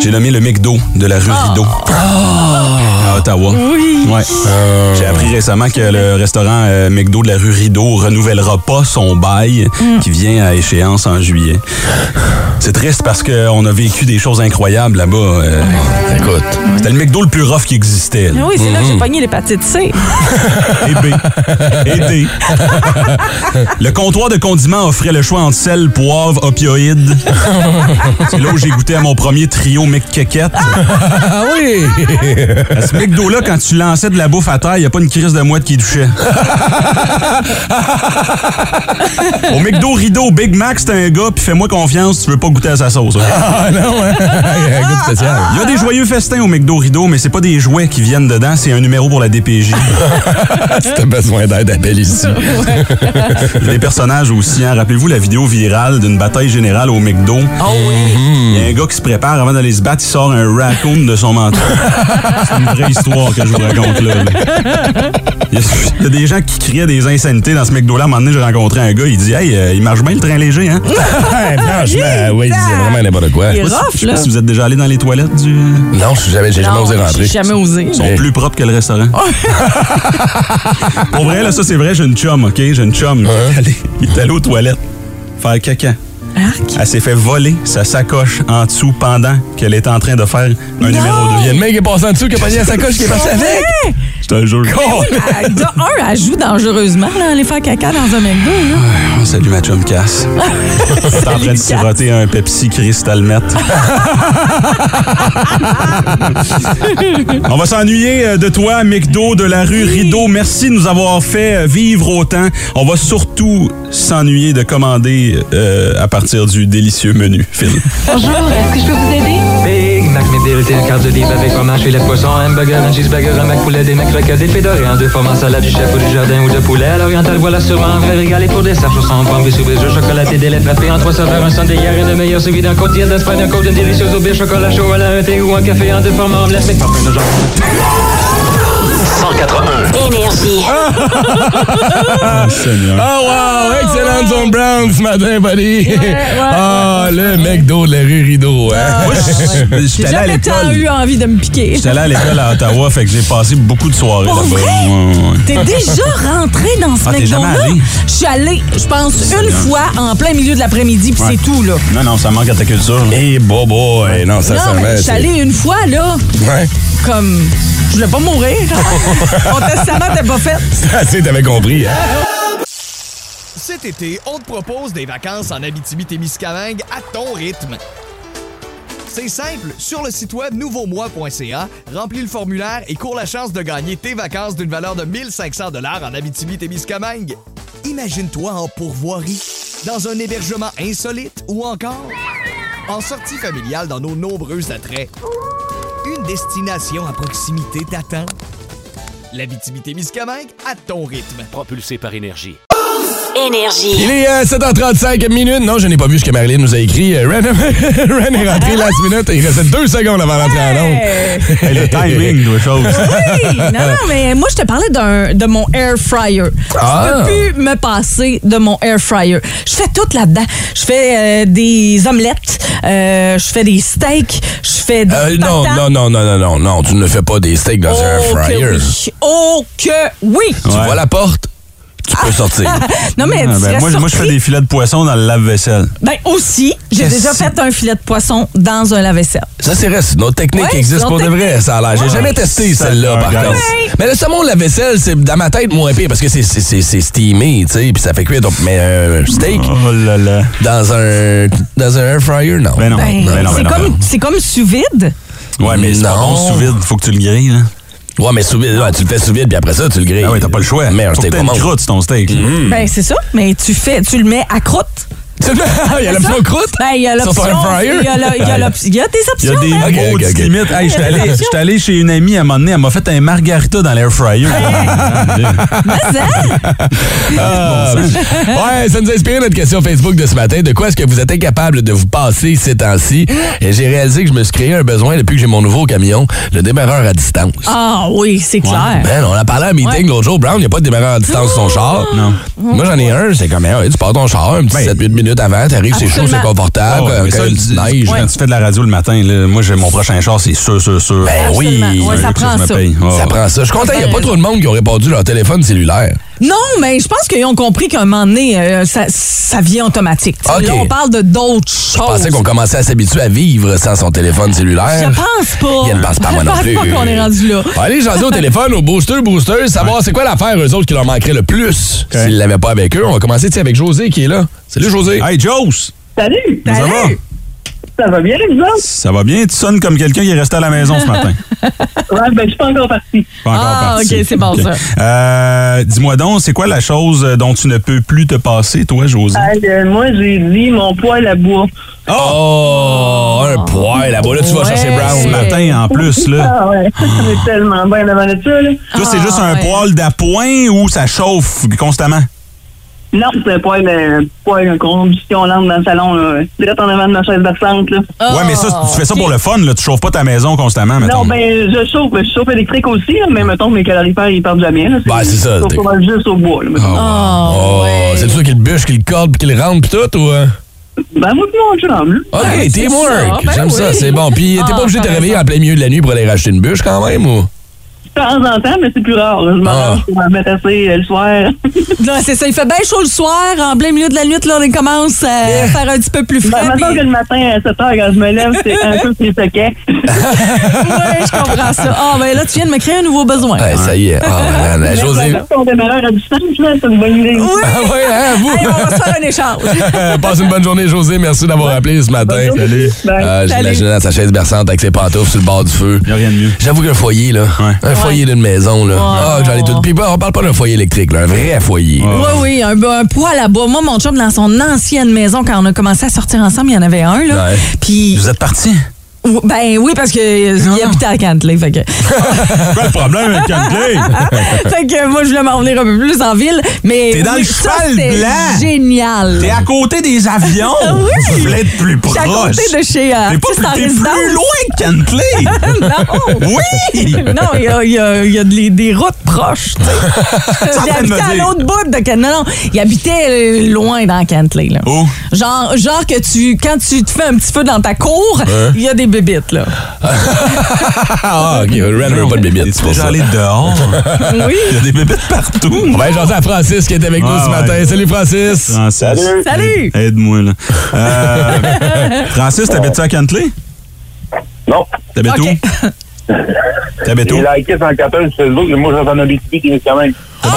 S2: J'ai nommé le McDo de la rue Rideau à Ottawa. Ouais. J'ai appris récemment que le restaurant euh, McDo de la rue Rideau renouvellera pas son bail qui vient à échéance en juillet. C'est triste parce qu'on a vécu des choses incroyables là-bas. euh.
S1: Écoute,
S2: c'était le McDo le plus rough qui existait.
S3: Mais
S2: là.
S3: Ah oui, c'est là que j'ai
S2: Mhm.
S3: pogné l'hépatite C.
S1: Ben,
S2: Et B. Et D. Le comptoir de condiments offrait le choix entre sel, poivre, opioïdes. C'est là où j'ai goûté à mon premier trio McKequette.
S1: Ah oui!
S2: À ce McDo-là, quand tu lançais de la bouffe à terre, il n'y a pas une crise de mouette qui touchait. Au McDo Rideau, Big Mac, c'est un gars, puis fais-moi confiance, tu veux pas goûter à sa sauce. ok?
S1: Ah non, hein? Il y a un goût spécial.
S2: Il y a des joyeux festins au McDo Rideau, mais c'est pas des jouets qui viennent dedans, c'est un numéro pour la DPJ.
S1: Si t'as besoin d'aide, appelle ici.
S2: Il y a des personnages aussi. hein. Rappelez-vous la vidéo virale d'une bataille générale au McDo. Il y a un gars qui se prépare avant d'aller se battre, il sort un raccoon de son manteau. C'est une vraie histoire que je vous raconte là. là. Il y, a, il y a des gens qui criaient des insanités dans ce McDo-là. À un moment donné, j'ai rencontré un gars, il dit Hey, euh, il marche bien le train léger, hein?
S1: Ouais, franchement, oui, c'est vraiment n'importe quoi.
S2: Je sais pas si- je sais pas si vous êtes déjà allé dans les toilettes du. euh,
S1: Non, je suis jamais- j'ai jamais
S3: Non,
S1: osé
S3: j'ai
S1: rentrer.
S3: jamais osé.
S2: Ils sont plus propres que le restaurant. Pour vrai, là, ça, c'est vrai, j'ai une chum, OK? J'ai une chum. Il est allé- Il est allé aux toilettes faire caca. Elle s'est fait voler sa sacoche en dessous pendant qu'elle était en train de faire un numéro
S1: Il
S2: 2.
S1: y a une main qui est passée en dessous qui a pogné la sacoche
S3: Ah,
S1: qui est partie avec. Ah,
S2: Je te jure.
S3: Elle- De un, elle joue dangereusement, là, aller faire caca dans un McDo. Là.
S2: Oh, salut ma chum Cass. T'es en train de siroter un Pepsi Crystal Met. On va s'ennuyer euh, de toi, McDo de la rue Rideau. Merci de nous avoir fait euh, vivre autant. On va surtout s'ennuyer de commander euh, à partir du délicieux menu, Phil.
S3: Ah,
S10: Bonjour, est-ce que je peux vous aider? Big Mac McDill, t'es le quart de livre avec fromage et lait de poisson, hamburger, un cheeseburger, un mac poulet, des mac croquettes, des pédorés, un deux formes en salade du chef ou du jardin ou de poulet, à l'oriental, voilà sûrement un vrai régal et pour dessert, chaussons, pommes, des souvenirs, chocolaté, des laits frappés, en trois saveurs, un sundae hier, et le meilleur suivi d'un côtier d'Espagne, un côte, une délicieuse au chocolat chaud, à la un thé ou un café, en deux formes, omelette, mais parfait, de genre.
S5: 181. Énergie.
S2: Ah,
S1: Oh wow, excellent John Brown ce matin, buddy. Ah, le McDo de la rue Rideau. Hein?
S2: Moi, je- je- euh, j'étais
S3: J'ai
S2: allé à
S3: Ah, jamais tant
S2: l'école.
S3: eu envie de me piquer.
S2: J'étais allé à l'école à Ottawa, fait que j'ai passé beaucoup de soirées
S3: Pour
S2: là-bas.
S3: vrai?
S2: Ouais, ouais.
S3: T'es déjà rentré dans ce
S2: Ah, t'es
S3: McDo-là?
S2: jamais allé?
S3: Je suis allée, je pense, une fois en plein milieu de l'après-midi, puis
S2: Ouais.
S3: c'est tout, là.
S2: Non, non, ça manque à ta culture.
S1: Et bobo, non, ça
S3: Eh, Non, mais je suis allée une fois, là,
S1: Ouais.
S3: comme... Je voulais pas mourir. Mon testament n'était pas fait.
S1: Tu t'avais compris, hein?
S11: Cet été, on te propose des vacances en Abitibi-Témiscamingue à ton rythme. C'est simple, sur le site web nouveaumois.ca, remplis le formulaire et cours la chance de gagner tes vacances d'une valeur de 1500 dollars en Abitibi-Témiscamingue. Imagine-toi en pourvoirie, dans un hébergement insolite ou encore en sortie familiale dans nos nombreux attraits. Une destination à proximité t'attend. L'Abitibi-Témiscamingue à ton rythme.
S5: Propulsé par énergie.
S12: Ah.
S5: Énergie.
S1: Il est euh, 7h35 minutes. Non, je n'ai pas vu ce que Marilyn nous a écrit. Euh, Ren, Ren est rentré last minute et il restait deux secondes avant d'entrer en onde.
S2: Hey, Eh, le timing de choses.
S3: Oui! Non, non, mais moi, je te parlais d'un- de mon air fryer.
S1: Ah!
S3: Je peux plus me passer de mon air fryer. Je fais tout là-dedans. Je fais euh, des omelettes, euh, je fais des steaks, je fais des
S1: Euh, non,
S3: patates.
S1: non, non, non, non, non, non, tu ne fais pas des steaks dans un
S3: Oh que
S1: fryer.
S3: oui! Oh que oui!
S1: Tu vois la porte, tu peux sortir.
S3: Non, mais
S2: Ah,
S3: tu
S2: ben,
S3: serais
S2: moi, je- moi, je fais
S3: surpris.
S2: des filets de poisson dans le lave-vaisselle.
S3: Ben aussi, j'ai
S1: Qu'est-ce
S3: déjà
S1: que-
S3: fait un filet de poisson dans un lave-vaisselle.
S1: Ça, c'est reste. Nos techniques
S3: Ouais,
S1: existent
S3: nos
S1: pour de vrai, ça a l'air. J'ai
S3: Ouais.
S1: jamais testé
S2: Ça,
S1: celle-là,
S2: un
S1: par
S2: gaz.
S1: contre. Mais le saumon, la vaisselle, c'est dans ma tête moins pire parce que c'est- c'est c'est- c'est steamé, tu sais, puis ça fait cuire. Donc, mais un steak
S2: Oh là là.
S1: dans un dans un air fryer, non.
S2: Ben non, ben, non,
S3: c'est
S2: ben non, ben
S3: comme c'est comme sous vide.
S2: non. Ouais, mais c'est pas
S1: Non.
S2: bon sous vide, faut que tu le grilles. Là.
S1: Ouais, mais sous vide, ouais, tu le fais sous vide, puis après ça, tu le grilles.
S2: Ah ouais, t'as pas le choix.
S1: Mais un
S2: faut que
S1: steak
S2: t'aies
S1: au
S2: une
S1: monde. Mm.
S2: croûte, ton steak.
S3: Ben c'est ça, mais tu fais tu le mets à croûte.
S1: Ah, Il y a l'option croûte.
S3: Ben il y a
S1: Sur
S3: l'option,
S1: ton air fryer?
S3: il y a le- il y a l'op- il y a des
S2: Il
S3: options.
S2: y
S3: hein.
S2: a des
S3: man.
S1: Ok, ok,
S2: maudites
S1: ok.
S2: limites. Hey, j'étais allé, j'étais allé chez une amie à un moment donné, elle m'a fait un margarita dans l'air fryer. Ah,
S3: Mais, hein?
S1: Ah, ouais, ça nous a inspiré notre question Facebook de ce matin. De quoi est-ce que vous êtes incapable de vous passer ces temps-ci? Et j'ai réalisé que je me suis créé un besoin depuis que j'ai mon nouveau camion, le démarreur à distance.
S3: Ah oui, c'est clair.
S1: Ben, on a parlé à un meeting
S3: Ouais. Ah.
S1: l'autre jour. Brown, il n'y a pas de démarreur à distance de son char.
S2: Non. Ben,
S1: Moi, j'en ai un. C'est comme, hey, ouais, tu pars ton char un petit 7-8 minutes avant, t'arrives, c'est chaud,
S3: Absolument.
S1: c'est confortable,
S2: Ah ouais, mais
S1: quand il y
S2: ça,
S1: a une petite
S2: le-
S1: neige.
S2: Quand tu fais de la radio le matin, là, moi, j'ai mon prochain char, c'est sûr, sûr, sûr.
S1: Ben oui.
S3: Absolument. Ouais,
S2: C'est
S3: ça
S2: un truc que
S3: prend
S2: je me
S3: ça.
S2: paye. Oh.
S1: Ça prend ça. Je suis content, il n'y a
S3: Ben,
S1: pas trop de monde qui ont répondu leur téléphone cellulaire.
S3: Non, mais je pense qu'ils ont compris qu'à un moment donné, euh, ça, ça vient automatique. Tu sais,
S1: Ok.
S3: Là, on parle de d'autres
S1: Je
S3: choses.
S1: pensais qu'on commençait à s'habituer à vivre sans son téléphone
S3: Je
S1: cellulaire.
S3: pense pas.
S1: Il ne pense pas, moi non
S3: Je
S1: plus.
S3: pense pas qu'on est rendu là.
S1: Allez, jaser au téléphone aux boosters, boosters, savoir c'est quoi l'affaire eux autres qui leur manquerait le plus s'ils l'avaient pas avec eux. On va commencer tu sais, avec José qui est là. Salut José.
S2: Hey, Jose!
S4: Salut!
S2: Ça va?
S4: Ça va bien, vous autres?
S2: Ça va bien? Tu sonnes comme quelqu'un qui est resté à la maison ce matin.
S4: Ouais, ben, je suis pas encore partie.
S2: Pas encore
S3: Ah,
S2: parti.
S3: ok, c'est bon,
S2: Ok.
S3: ça.
S2: Euh, Dis-moi donc, c'est quoi la chose euh, dont tu ne peux plus te passer, toi, José?
S4: Hey, euh, moi, j'ai dit mon poêle à bois.
S1: Oh, un poil là-bas. Là, tu vas
S3: Ouais.
S1: chercher Brown.
S2: Ce matin, en plus, là.
S4: Ah ouais, c'est tellement bien devant de ça, là.
S2: Toi, c'est juste
S3: Ah,
S2: un
S3: ouais.
S2: poêle d'appoint ou ça chauffe constamment?
S4: Non, c'est un poêle, euh, poêle à combustion lente dans le salon, là. Direct en avant de ma chaise versante, là.
S2: ouais, mais
S3: Ah,
S2: ça, tu fais ça pour le fun, là. Tu chauffes pas ta maison constamment,
S4: Non,
S2: mettons.
S4: ben, je chauffe, je chauffe électrique aussi, là, mais mettons, mes calorifères, ils partent jamais, là.
S1: Ben, c'est ça,
S4: Je
S1: t'es-
S4: chauffe pas mal juste au bois, là. mettons.
S3: Oh,
S1: Oh,
S3: ouais.
S1: c'est sûr qu'il le bûche, qu'il le corde, puis qu'il le rentre, puis tout, ou. euh?
S4: Ben, moi, tout mon chum, là.
S1: OK,
S3: Ouais, c'est
S1: teamwork.
S3: ça. Ben
S1: J'aime ça,
S3: oui.
S1: c'est bon. Puis, t'es
S3: Ah,
S1: pas obligé de te
S3: t'as
S1: réveiller
S3: raison.
S1: en plein milieu de la nuit pour aller racheter une bûche quand même, ou?
S4: temps en temps, mais c'est plus rare. là. Je
S1: Ah.
S4: m'arrange pour me mettre assez euh, le soir.
S3: Non, c'est ça. Il fait bien chaud le soir. En plein milieu de la nuit, là, on commence à faire un petit peu plus frais.
S4: Ben, mettons
S3: puis-
S4: que le matin à 7 h quand je me lève, c'est un peu plus soquet.
S3: Ouais, je comprends ça. Ah, ben là, tu viens de me créer un nouveau besoin.
S1: Ouais, ça y est. Ah, man, José.
S4: On démarre à distance, là, c'est une bonne idée.
S3: Oui.
S1: Ah ouais, hein, vous?
S3: Hey, on va se faire un échange.
S1: Passe une bonne journée, José. Merci d'avoir appelé ce matin. Salut. Euh,
S3: Salut.
S1: J'imagine dans sa chaise berçante avec ses pantoufles sur le bord du feu. Il a rien de mieux. J'avoue qu'un foyer, là. Un foyer d'une maison, là. Ah, j'en ai tout. Puis bah, on parle pas d'un foyer électrique, là. Un vrai foyer. là.
S3: Oui, oui, un, un poêle à bois. Moi, mon chum, dans son ancienne maison, quand on a commencé à sortir ensemble, il y en avait un. Là. Puis...
S1: Vous êtes partis?
S3: Ou- Ben oui, parce que euh, il
S6: Ah.
S3: habitait à Cantley. Fait que...
S6: Pas de problème avec
S3: fait que moi, je voulais m'en venir un peu plus en ville. Mais
S6: T'es dans
S3: oui,
S6: le
S3: ça,
S6: cheval
S3: c'était
S6: blanc.
S3: génial.
S6: T'es à côté des avions.
S3: Ah oui.
S6: Tu voulais être plus
S3: Je
S6: proche.
S3: suis à côté de chez, euh,
S6: T'es
S3: artiste
S6: pas
S3: en
S6: plus, t'es
S3: résidence.
S6: plus loin que
S3: non.
S6: Cantley. Oui.
S3: non, il y a, il y a- il y a de les- des routes proches. tu sais.
S6: en
S3: il
S6: train de me
S3: habitait à
S6: dire.
S3: l'autre bout de Cantley. Non, non, il habitait euh, loin dans Cantley. Là.
S1: Oh.
S6: Où?
S3: Genre, genre que tu, quand tu te fais un petit feu dans ta cour,
S1: Hein?
S3: il y a des bébites. Là.
S1: Ah, ok. Ren veut pas de bébite. C'est pour ça. aller dehors.
S3: Oui.
S1: Il y a des bébites partout. On va jaser à Francis qui est avec nous
S6: Ah,
S1: ce
S6: ouais.
S1: matin. Salut, Francis.
S6: Francis.
S3: Salut.
S6: Aide-moi, là. Euh, Francis, t'habites-tu à Cantley?
S7: Non.
S6: T'habites où? T'habites où?
S7: J'ai liké 114 sur Facebook, mais moi, j'entends un habitué qui est quand même.
S1: Oh,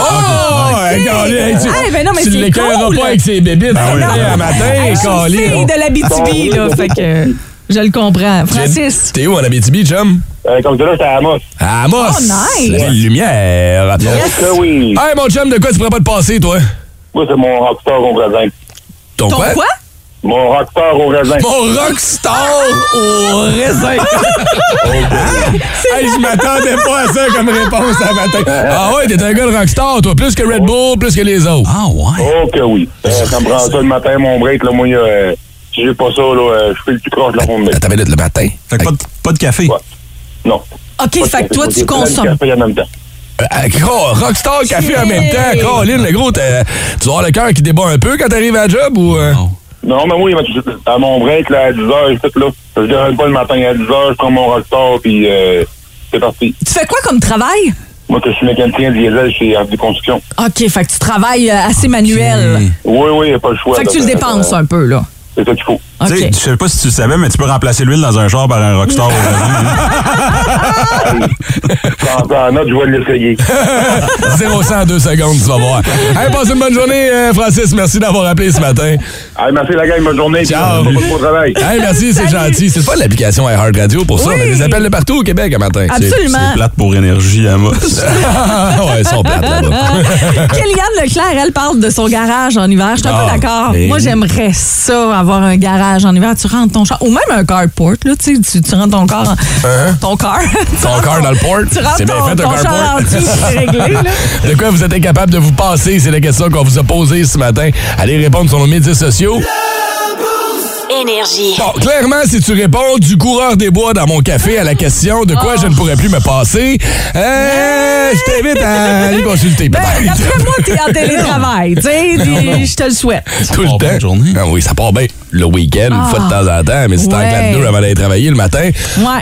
S1: hey, Colin, hey, tu
S3: Ah, ben non, mais
S1: tu
S3: c'est
S1: l'écœureras
S3: cool.
S1: pas avec ses bébites.
S6: Ben oui.
S1: hein, à matin,
S3: Hey, je suis une
S1: Colin. Oh.
S3: fille de l'Abitibi, là, fait que euh, je le comprends.
S1: Tu
S3: Francis,
S1: T'es où en Abitibi, chum?
S7: Euh, comme ça, là, c'est à Amos.
S1: À Amos.
S3: Oh, nice.
S1: La belle lumière.
S7: Yes. Que oui.
S3: Ah.
S1: Hey, mon chum, de quoi tu pourrais pas te passer, toi?
S7: Moi, c'est mon rockstar au raisin.
S1: Ton,
S3: ton quoi?
S7: Mon rockstar au raisin.
S1: Mon rockstar au raisin. hey, je m'attendais pas à ça comme réponse à matin. Ah ouais, t'es un gars de rockstar, toi. Plus que Red Bull, plus que les autres.
S6: Ah, ouais.
S7: Oh que oui. Euh, ça me prend ça le matin, mon break. Là, moi, il y a, euh, si j'ai pas ça, là, euh, je fais le cul croche la ronde.
S1: T'avais le matin.
S6: Fait que pas de, pas de café.
S7: Ouais. Non.
S3: OK, fait que toi, tu consommes.
S7: en même temps.
S1: Euh, gros, rockstar, café en même temps. Caroline, le gros, t'as- tu dois avoir le cœur qui débat un peu quand t'arrives à la job ou... euh?
S7: Non, mais moi, il m'a- à mon break, là, à 10 h, je fais là. Je déjeune pas le matin à 10 h, je prends mon rockstar, puis euh, c'est parti.
S3: Tu fais quoi comme travail?
S7: Moi, que je suis mécanicien diesel chez Ardu Construction.
S3: OK, fait que tu travailles euh, assez manuel.
S7: Oui, oui, il n'y a pas le choix.
S3: Fait que tu
S7: là,
S3: le
S7: euh,
S3: dépenses un peu, là.
S7: C'est ça qu'il faut.
S3: OK.
S6: Tu sais, Je sais pas si tu le savais, mais tu peux remplacer l'huile dans un char par un rockstar aujourd'hui. hein.
S7: Quand en note, je vais l'essayer.
S1: 0 100 en 2 secondes, tu vas voir. Hey, passe une bonne journée, euh, Francis. Merci d'avoir appelé ce matin.
S7: Allez, merci la gang, bonne journée.
S1: Ciao.
S7: Bon bon travail.
S1: Hey, merci, c'est gentil. Ah, C'est pas l'application iHeart Radio pour ça.
S3: Oui.
S1: On a des appels de partout au Québec à matin.
S3: Absolument.
S6: C'est plate pour énergie,
S2: hein,
S6: Amos.
S1: Ah, ouais, ils sont plates là-bas.
S3: Kéliane Leclerc, elle parle de son garage en hiver. Je suis un
S1: Ah,
S3: peu d'accord.
S1: mais-
S3: Moi, j'aimerais ça, avoir un garage en hiver. Tu rentres ton char, ou même un carport, là, tu sais, tu, tu rentres ton corps. en-
S1: Hein?
S3: Ton corps. Tu
S1: Ton
S3: rentres
S1: cœur dans le port.
S3: Tu rentres
S1: C'est bien
S3: ton-
S1: fait, un
S3: ton char
S1: carport.
S3: en dessous, c'est réglé, là. Ben,
S1: De quoi vous êtes incapable de vous passer? C'est la question qu'on vous a posée ce matin. Allez répondre sur nos médias sociaux.
S8: Énergie.
S1: Bon, clairement, si tu réponds du coureur des bois dans mon café à la question de quoi je ne pourrais plus me passer, euh, je t'invite à aller consulter.
S3: Ben,
S1: peut-être.
S3: d'après moi, t'es en télétravail, tu sais, puis je te le souhaite.
S1: tout le temps. Ah oui, ça part bien le week-end, une
S3: Ah.
S1: fois de temps en temps, mais si t'en
S3: Ouais.
S1: claques deux avant d'aller travailler le matin,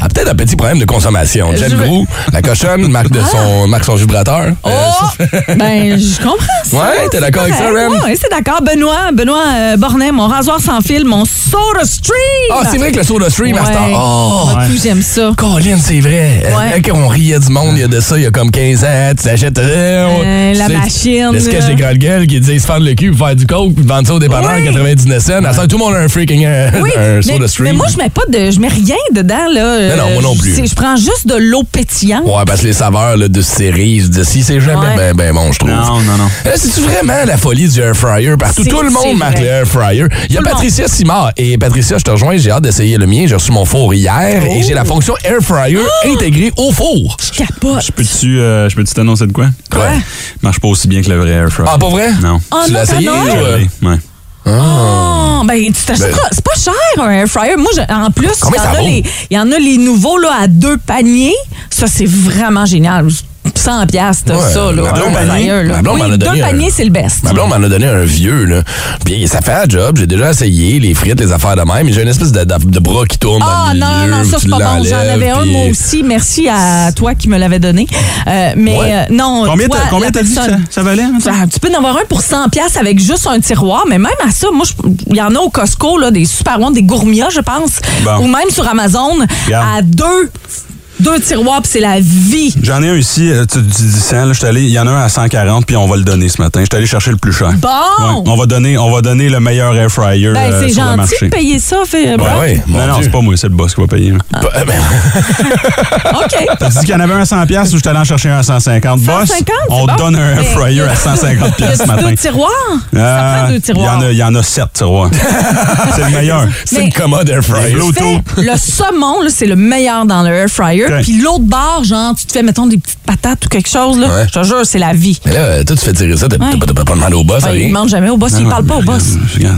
S1: a peut-être un petit problème de consommation. Jen
S3: Je veux- Ah.
S1: Brou, la cochonne, marque, de son, marque son vibrateur. Euh,
S3: Oh! ben, je comprends ça.
S1: Ouais, t'es d'accord avec ça, Rem?
S3: Oui, c'est d'accord. Benoît, Benoît euh, Bornet, mon rasoir sans fil, mon soda stream!
S1: Ah, c'est vrai que le soda stream, à cette heure-
S3: Ouais.
S1: Oh!
S3: Moi, tout, j'aime ça.
S1: Colin, c'est vrai.
S3: Ouais.
S1: Quand on riait du monde il y a de ça, il y a comme 15 ans, tu t'achètes... euh, on-
S3: Euh,
S1: tu
S3: la
S1: sais,
S3: machine,
S1: Le sketch
S3: là.
S1: des grandes gueules qui disent se faire le cul pour faire du coke puis vendre ça au dépanneur à
S3: Ouais.
S1: 99 cents. À ça, tout le monde a un freaking euh,
S3: Oui,
S1: un
S3: mais,
S1: soda stream.
S3: mais moi, je mets pas de, je mets rien dedans, là.
S1: Non, non,
S3: Euh,
S1: moi non plus.
S3: c'est- Je prends juste de l'eau pétillante.
S1: Ouais, parce que les saveurs là, de cerise, de si, c'est jamais
S3: Ouais.
S1: ben, ben bon, je trouve.
S6: Non, non, non.
S1: Là, C'est-tu vraiment la folie du air fryer partout?
S3: C'est-
S1: Tout le
S3: c'est
S1: monde marque
S3: vrai.
S1: le air fryer. Il y a
S3: Tout le
S1: Patricia Simard. Et Patricia, je te rejoins, j'ai hâte d'essayer le mien. J'ai reçu mon four hier et
S3: Oh.
S1: j'ai la fonction air fryer intégrée au four.
S3: Je capote.
S6: Je peux-tu euh, je peux-tu t'annoncer de quoi?
S1: Ouais.
S6: Marche pas aussi bien que le vrai air fryer.
S1: Ah, pas vrai?
S6: Non.
S3: Oh,
S1: tu
S3: non,
S1: l'as
S3: t'as
S1: essayé?
S3: non?
S1: ou, euh,
S6: Ouais.
S3: Oh, ben, tu t'achèteras.
S1: Ben-
S3: c'est pas cher, un air fryer. Moi, je- en plus, il y,
S1: Combien
S3: en
S1: ça
S3: a
S1: vaut?
S3: les- il y en a les nouveaux, là, à deux paniers. Ça, c'est vraiment génial. 100 piastres,
S1: Ouais,
S3: ça, là.
S1: ma blonde
S3: Ouais,
S1: m'en a-
S3: sérieux, là.
S1: ma blonde
S3: Oui,
S1: m'en a donné
S3: deux
S1: un.
S3: paniers, c'est le best.
S1: Ma blonde m'en a donné un vieux, là. Puis ça fait un job. J'ai déjà essayé les frites, les affaires de même. Mais j'ai une espèce de, de- de bras qui tourne
S3: Ah
S1: dans le
S3: non, non,
S1: milieu.
S3: non, ça
S1: puis
S3: c'est
S1: tu
S3: pas bon. J'en
S1: l'enlèves,
S3: avais un
S1: puis-
S3: moi aussi. Merci à toi qui me l'avais donné. Euh, mais euh, non,
S2: Combien
S3: toi,
S2: t'as- combien
S3: la
S2: t'as dit que
S3: personne-
S2: ça- ça valait, mettons?
S3: Ah, tu peux en avoir un pour 100 pièces avec juste un tiroir, mais même à ça, moi, je- il y en a au Costco, là, des super bons, des gourmias, je pense,
S2: Bon.
S3: ou même sur Amazon,
S2: Regarde.
S3: à deux, deux tiroirs, puis c'est la vie.
S2: J'en ai un ici, euh, tu, tu dis 100, là, je suis allé- il y en a un à 140, puis on va le donner ce matin. Je suis allé chercher le plus cher.
S3: Bon!
S2: Ouais, on, va donner, on va donner le meilleur air fryer
S3: Ben,
S2: euh,
S3: c'est
S2: sur le
S3: gentil de
S2: marché.
S3: payer ça, fait. bravo.
S2: non, non, c'est pas moi, c'est le boss qui va payer.
S3: OK.
S2: T'as dit qu'il y en avait un à 100 pièces ou je suis allé en chercher un à 150 boss?
S3: 150, c'est
S2: on
S3: bon.
S2: donne un air
S3: Mais-
S2: fryer à 150
S3: Y a-tu
S2: pièces ce matin.
S3: deux tiroirs?
S2: Ah,
S3: ça prend deux
S2: Il y
S3: tiroirs.
S2: en a- il y, en a 7 tiroirs. c'est le meilleur.
S3: C'est une
S1: commode air fryer.
S3: Tu te
S2: L'auto.
S3: fais- le saumon, là, c'est le meilleur dans le air fryer.
S1: Ok.
S3: Puis l'autre barre, genre, tu te fais, mettons, des petites patates ou quelque chose, là.
S1: Ouais.
S3: Je te jure, c'est la vie.
S1: Mais là, euh, toi, tu fais tirer ça, t'as
S3: Ouais.
S1: t'as pas- t'as pas demandé au boss, hein?
S3: Ouais,
S1: rien.
S3: il demande jamais au boss,
S1: Non,
S3: il
S1: non,
S3: parle pas au boss.
S2: Ah,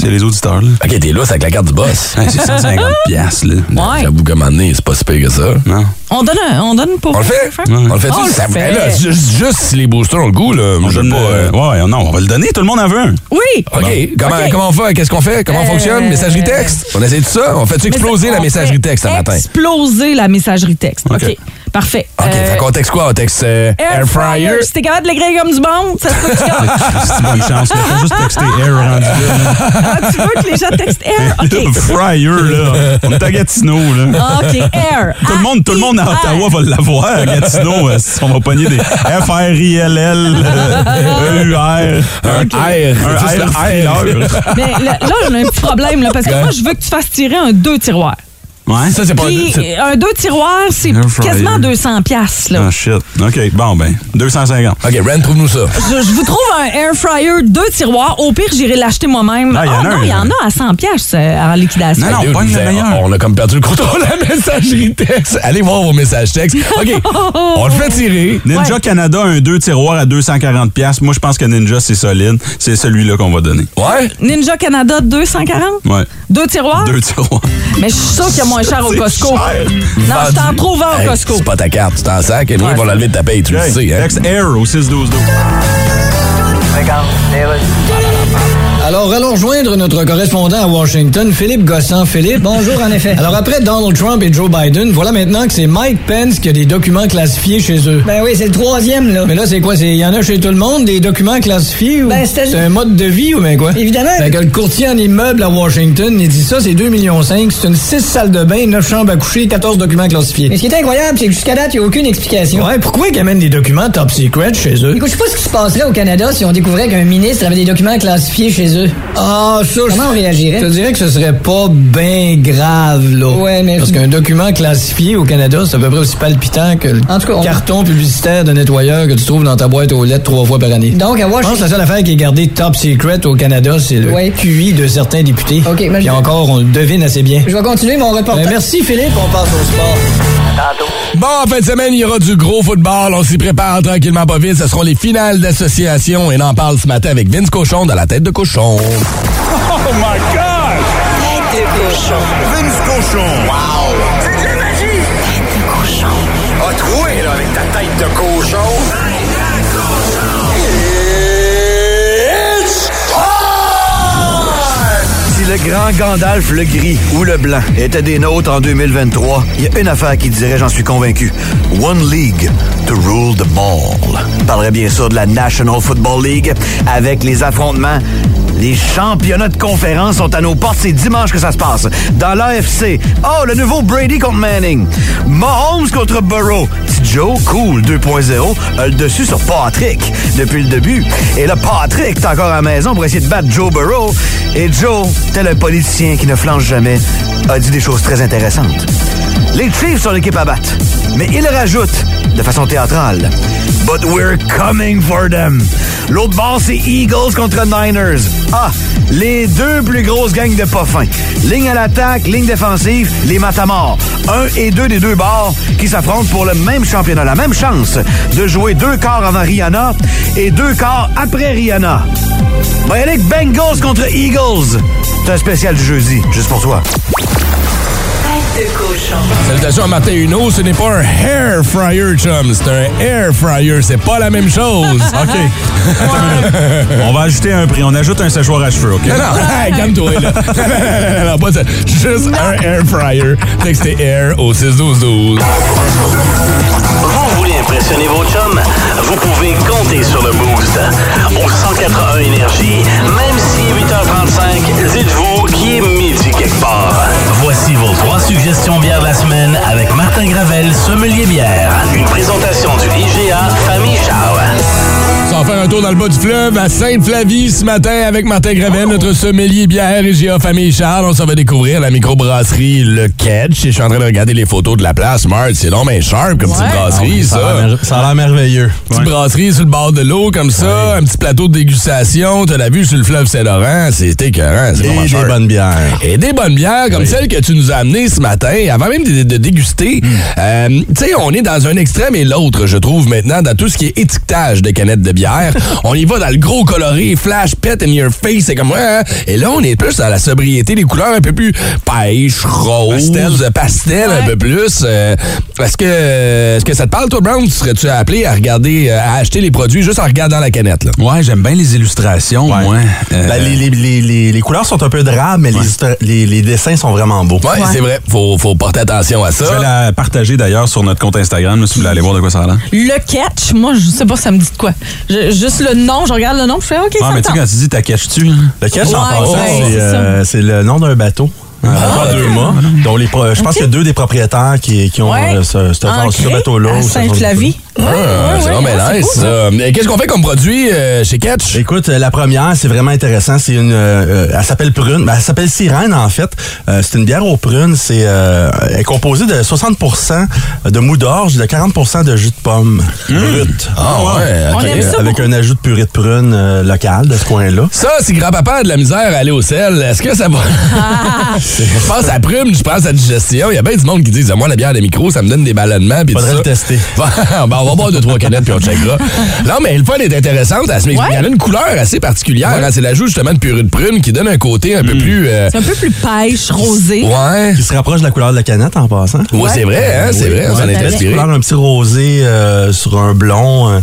S2: C'est les auditeurs, là.
S1: Ok, t'es là, c'est avec la carte du boss.
S2: Ouais, c'est 150 piastres, là.
S1: Ouais. J'avoue qu'à un moment donné, c'est pas si pire que ça.
S2: Non.
S3: On donne, un- on donne pour.
S1: On le fait? On le fait
S3: On
S1: tout
S3: le
S1: ça.
S3: fait.
S1: Eh là, ju- juste, si les boosters ont le goût, là. je veux pas.
S2: euh,
S1: euh,
S2: Ouais, non, on va le donner, tout le monde en veut un.
S3: Oui!
S1: OK, comment, comment on fait? Qu'est-ce qu'on fait? Comment on fonctionne? Messagerie texte? On essaie de ça? On fait-tu
S3: Euh, Mais
S1: exploser
S3: ça,
S1: la
S3: on
S1: messagerie
S3: fait
S1: texte ce matin?
S3: Exploser la messagerie texte. OK.
S1: OK.
S3: Parfait.
S1: OK,
S3: Euh,
S1: fait qu'on texte quoi? On texte euh,
S3: air fryer. Si t'es capable de l'écrire comme du bon, ça se peut que tu
S2: C'est bonne chance, là. Faut juste texter air rendu là.
S3: Ah, tu veux que les gens textent air?
S2: Le
S3: OK.
S2: fryer, là. On est à Gatineau, là.
S3: OK, air.
S2: Tout le monde, tout le monde
S3: Ah,
S2: à Ottawa va l'avoir à Gatineau. euh, si On va pogner des F-R-I-L-L, euh, E-U-R.
S1: Un air.
S2: Un
S1: C'est
S2: air
S1: ça,
S2: air,
S3: Mais là, là, on a un petit problème, là, parce que
S2: Ouais.
S3: moi, je veux que tu fasses tirer un deux tiroirs.
S2: Ouais. Ça, c'est
S3: Puis, un deux tiroirs, c'est
S2: Air fryer.
S3: quasiment 200 pièces là.
S2: Ah, shit. OK, bon, ben, 250.
S1: OK, Ren, trouve-nous ça.
S3: Je, je vous trouve un air fryer, deux tiroirs. Au pire, j'irai l'acheter moi-même.
S1: Ah, il y en a
S3: non,
S1: un,
S3: il y en a à 100 pièces en liquidation.
S1: Hey, dude, vous avez- On a comme perdu le contrôle de la messagerie texte. Allez voir vos messages textes. OK, on le fait tirer.
S2: Ninja Canada a un deux tiroirs à 240 pièces. Moi, je pense que Ninja, c'est solide. C'est celui-là qu'on va donner.
S1: Ouais?
S3: Ninja Canada, 240?
S2: Ouais.
S3: Deux tiroirs?
S2: Deux tiroirs.
S3: Mais je suis sûre qu'il y a moins cher au
S1: C'est
S3: Costco.
S1: cher.
S3: Non, je t'en
S1: Vendu.
S3: trouve un
S1: Hey,
S3: au Costco.
S1: C'est pas ta carte, tu t'en sers. Quelqu'un va l'enlever de ta paye, tu le
S2: Ok,
S1: sais. Hein?
S2: Text Air au 612
S13: Alors, allons rejoindre notre correspondant à Washington, Philippe Gossan. Philippe, bonjour en effet. Alors, après Donald Trump et Joe Biden, voilà maintenant que c'est Mike Pence qui a des documents classifiés chez eux. Ben oui, c'est le troisième, là. Mais là, c'est quoi? Il y en a chez tout le monde, des documents classifiés? Ou... Ben, c'est un mode de vie ou ben quoi? Évidemment. Fait que le courtier en immeuble à Washington, il dit ça, c'est 2,5 millions. C'est une 6 salles de bain, 9 chambres à coucher, 14 documents classifiés.
S14: Mais ce qui est incroyable, c'est que jusqu'à date, il n'y a aucune explication.
S13: Ouais, pourquoi ils amènent des documents top secret chez eux?
S14: Écoute, je sais pas ce qui se passerait au Canada si on découvrait qu'un ministre avait des documents classifiés chez eux.
S13: Ah, ça,
S14: Comment on réagirait?
S13: Je te dirais que ce serait pas bien grave, là.
S14: Ouais, mais-
S13: Parce qu'un document classifié au Canada, c'est à peu près aussi palpitant que le
S14: En tout cas, on-
S13: carton publicitaire de nettoyeur que tu trouves dans ta boîte aux lettres trois fois par année.
S14: Donc, à
S13: Je pense que
S14: Washington.
S13: la seule affaire qui est gardée top secret au Canada, c'est le
S14: Ouais.
S13: QI de certains députés.
S14: OK, mais
S13: Puis
S14: je-
S13: encore, on le devine assez bien.
S14: Je vais continuer mon reportage.
S13: Ben, merci, Philippe. On passe au sport.
S1: Bon, en fin de semaine, il y aura du gros football. On s'y prépare tranquillement pas vite. Ce seront les finales d'association. Et on en parle ce matin avec Vince Cochon de la tête de cochon.
S5: Oh my God! Tête de cochon. Vince cochon. Wow! C'est de la magie! Tête de cochon. A troué, là, avec ta tête de cochon. It's
S15: Si le grand Gandalf le gris ou le blanc était des nôtres en 2023, il y a une affaire qui dirait, j'en suis convaincu. One League to rule the ball. On parlerait bien sûr de la National Football League avec les affrontements. Les championnats de conférence sont à nos portes. C'est dimanche que ça se passe. Dans l'AFC. Oh, le nouveau Brady contre Manning. Mahomes contre Burrow. Petit Joe, cool, 2.0. a le dessus sur Patrick depuis le début. Et là, Patrick est encore à la maison pour essayer de battre Joe Burrow. Et Joe, tel un politicien qui ne flanche jamais, a dit des choses très intéressantes. Les Chiefs sont l'équipe à battre. Mais il rajoute, de façon théâtrale, But we're coming for them. L'autre bord, c'est Eagles contre Niners. Ah, les deux plus grosses gangs de pas fins. Ligne à l'attaque, ligne défensive, les matamors. Un et deux des deux bords qui s'affrontent pour le même championnat, la même chance de jouer deux quarts avant Rihanna et deux quarts après Rihanna. Bon, Yannick, Bengals contre Eagles. C'est un spécial du jeudi, juste pour toi.
S5: Tête
S8: de cochon.
S1: Salutations à Martin Huneau, ce n'est pas un hair fryer, chum. C'est un air fryer. C'est pas la même chose.
S2: OK. on va ajouter un prix. On ajoute un séchoir à cheveux, OK?
S1: Non, non, hey, calme-toi, là. non, non, pas ça. Juste un air fryer. Textez air au 612-12.
S5: Vous voulez impressionner vos chums? Vous pouvez compter sur le Boost. Au 181 Énergie, même si 8h35, dites-vous qu'il est midi quelque part. Voici vos trois suggestions bières de la semaine avec Martin Gravel, sommelier bière. Une présentation du IGA Famille Charles.
S1: Ça va faire un tour dans le bas du fleuve à Sainte-Flavie ce matin avec Martin Gravel, notre sommelier bière et GA Famille Charles. On s'en va découvrir la microbrasserie Le Catch. Et Je suis en train de regarder les photos de la place. Merde, c'est long, mais sharp comme petite brasserie, ça.
S6: Ah Ça a l'air merveilleux.
S1: Petite brasserie sur le bord de l'eau, comme ça. Un petit plateau de dégustation. T'as la vue sur le fleuve Saint-Laurent. C'est écœurant.
S6: Et des bonnes
S1: bières. Et des bonnes bières, comme celle que tu nous as amenée ce matin, avant même de, de déguster.
S6: Hmm.
S1: Euh, tu sais, on est dans un extrême et l'autre, je trouve, maintenant, dans tout ce qui est étiquetage de canettes de bière. on y va dans le gros coloré, flash, pet in your face. C'est comme, ouais, hein? Et là, on est plus dans la sobriété, des couleurs un peu plus pêche, rose, pastel, un peu plus. Euh, est-ce que, est-ce que ça te parle, toi, Brown? Serais-tu appelé à regarder, euh, à acheter les produits juste en regardant la canette, là?
S2: Ouais, j'aime bien les illustrations, moi. Euh,
S6: Ben, les, les- les- les- les couleurs sont un peu drabes, mais les histo- les, les dessins sont vraiment beaux.
S1: Ouais, c'est vrai. Faut, faut porter attention à ça.
S2: Je vais la partager d'ailleurs sur notre compte Instagram, là, si vous voulez aller voir de quoi ça a l'air.
S3: Le catch, moi, je sais pas, ça me dit de quoi. Je- juste le nom, je regarde le nom, je fais OK,
S2: Ah,
S3: ça me
S2: mais tu sais,
S3: tente.
S2: quand tu dis t'as catch-tu?
S6: Le catch, en
S3: Ouais,
S6: passant,
S3: ouais,
S6: c'est
S3: c'est
S6: euh, c'est le nom d'un bateau.
S1: Ah.
S6: Un
S2: Euh,
S6: bateau à deux mâts. dont les pro- Je pense
S3: Ok.
S6: qu'il y a deux des propriétaires qui, qui ont
S3: Ouais.
S6: euh, ce, ce-
S3: Ancré
S6: ce bateau-là.
S3: à
S6: ou ce-
S3: Sainte-Flavie.
S1: Ah, c'est vraiment nice, ça. Mais Qu'est-ce qu'on fait comme produit euh, chez Catch?
S6: Écoute, euh, la première, c'est vraiment intéressant. C'est une, euh, euh, elle s'appelle Prune, Ben, elle s'appelle Sirène en fait. Euh, c'est une bière aux prunes. C'est euh, elle est composée de 60% de mou d'orge, de 40% de jus de pomme brut.
S1: Ah ouais, ok. On aime ça
S6: Avec un ajout de purée de prune euh, locale de ce coin-là.
S1: Ça, si grand-papa a de la misère à aller au sel, est-ce que ça va? je pense à prune, je pense à digestion. Il y a bien du monde qui dit Moi, la bière de micro, ça me donne des ballonnements. Puis tout
S6: Faudrait
S1: ça.
S6: le tester.
S1: Bon, ben, on va boire deux, trois canettes, puis on checkera. Non, mais le fun est intéressante. Elle se m'explique.
S3: Ouais.
S1: Elle a une couleur assez particulière. hein. C'est l'ajout, justement, de purée de prune qui donne un côté
S6: Hmm.
S1: un peu plus. euh,
S3: C'est un peu plus pêche, rosé.
S1: Ouais.
S6: Qui se rapproche de la couleur de la canette en passant.
S1: Ouais, c'est vrai, hein, c'est vrai, on s'en est
S6: belle
S1: inspiré.
S6: couleur, un petit rosé euh, sur un blond. euh,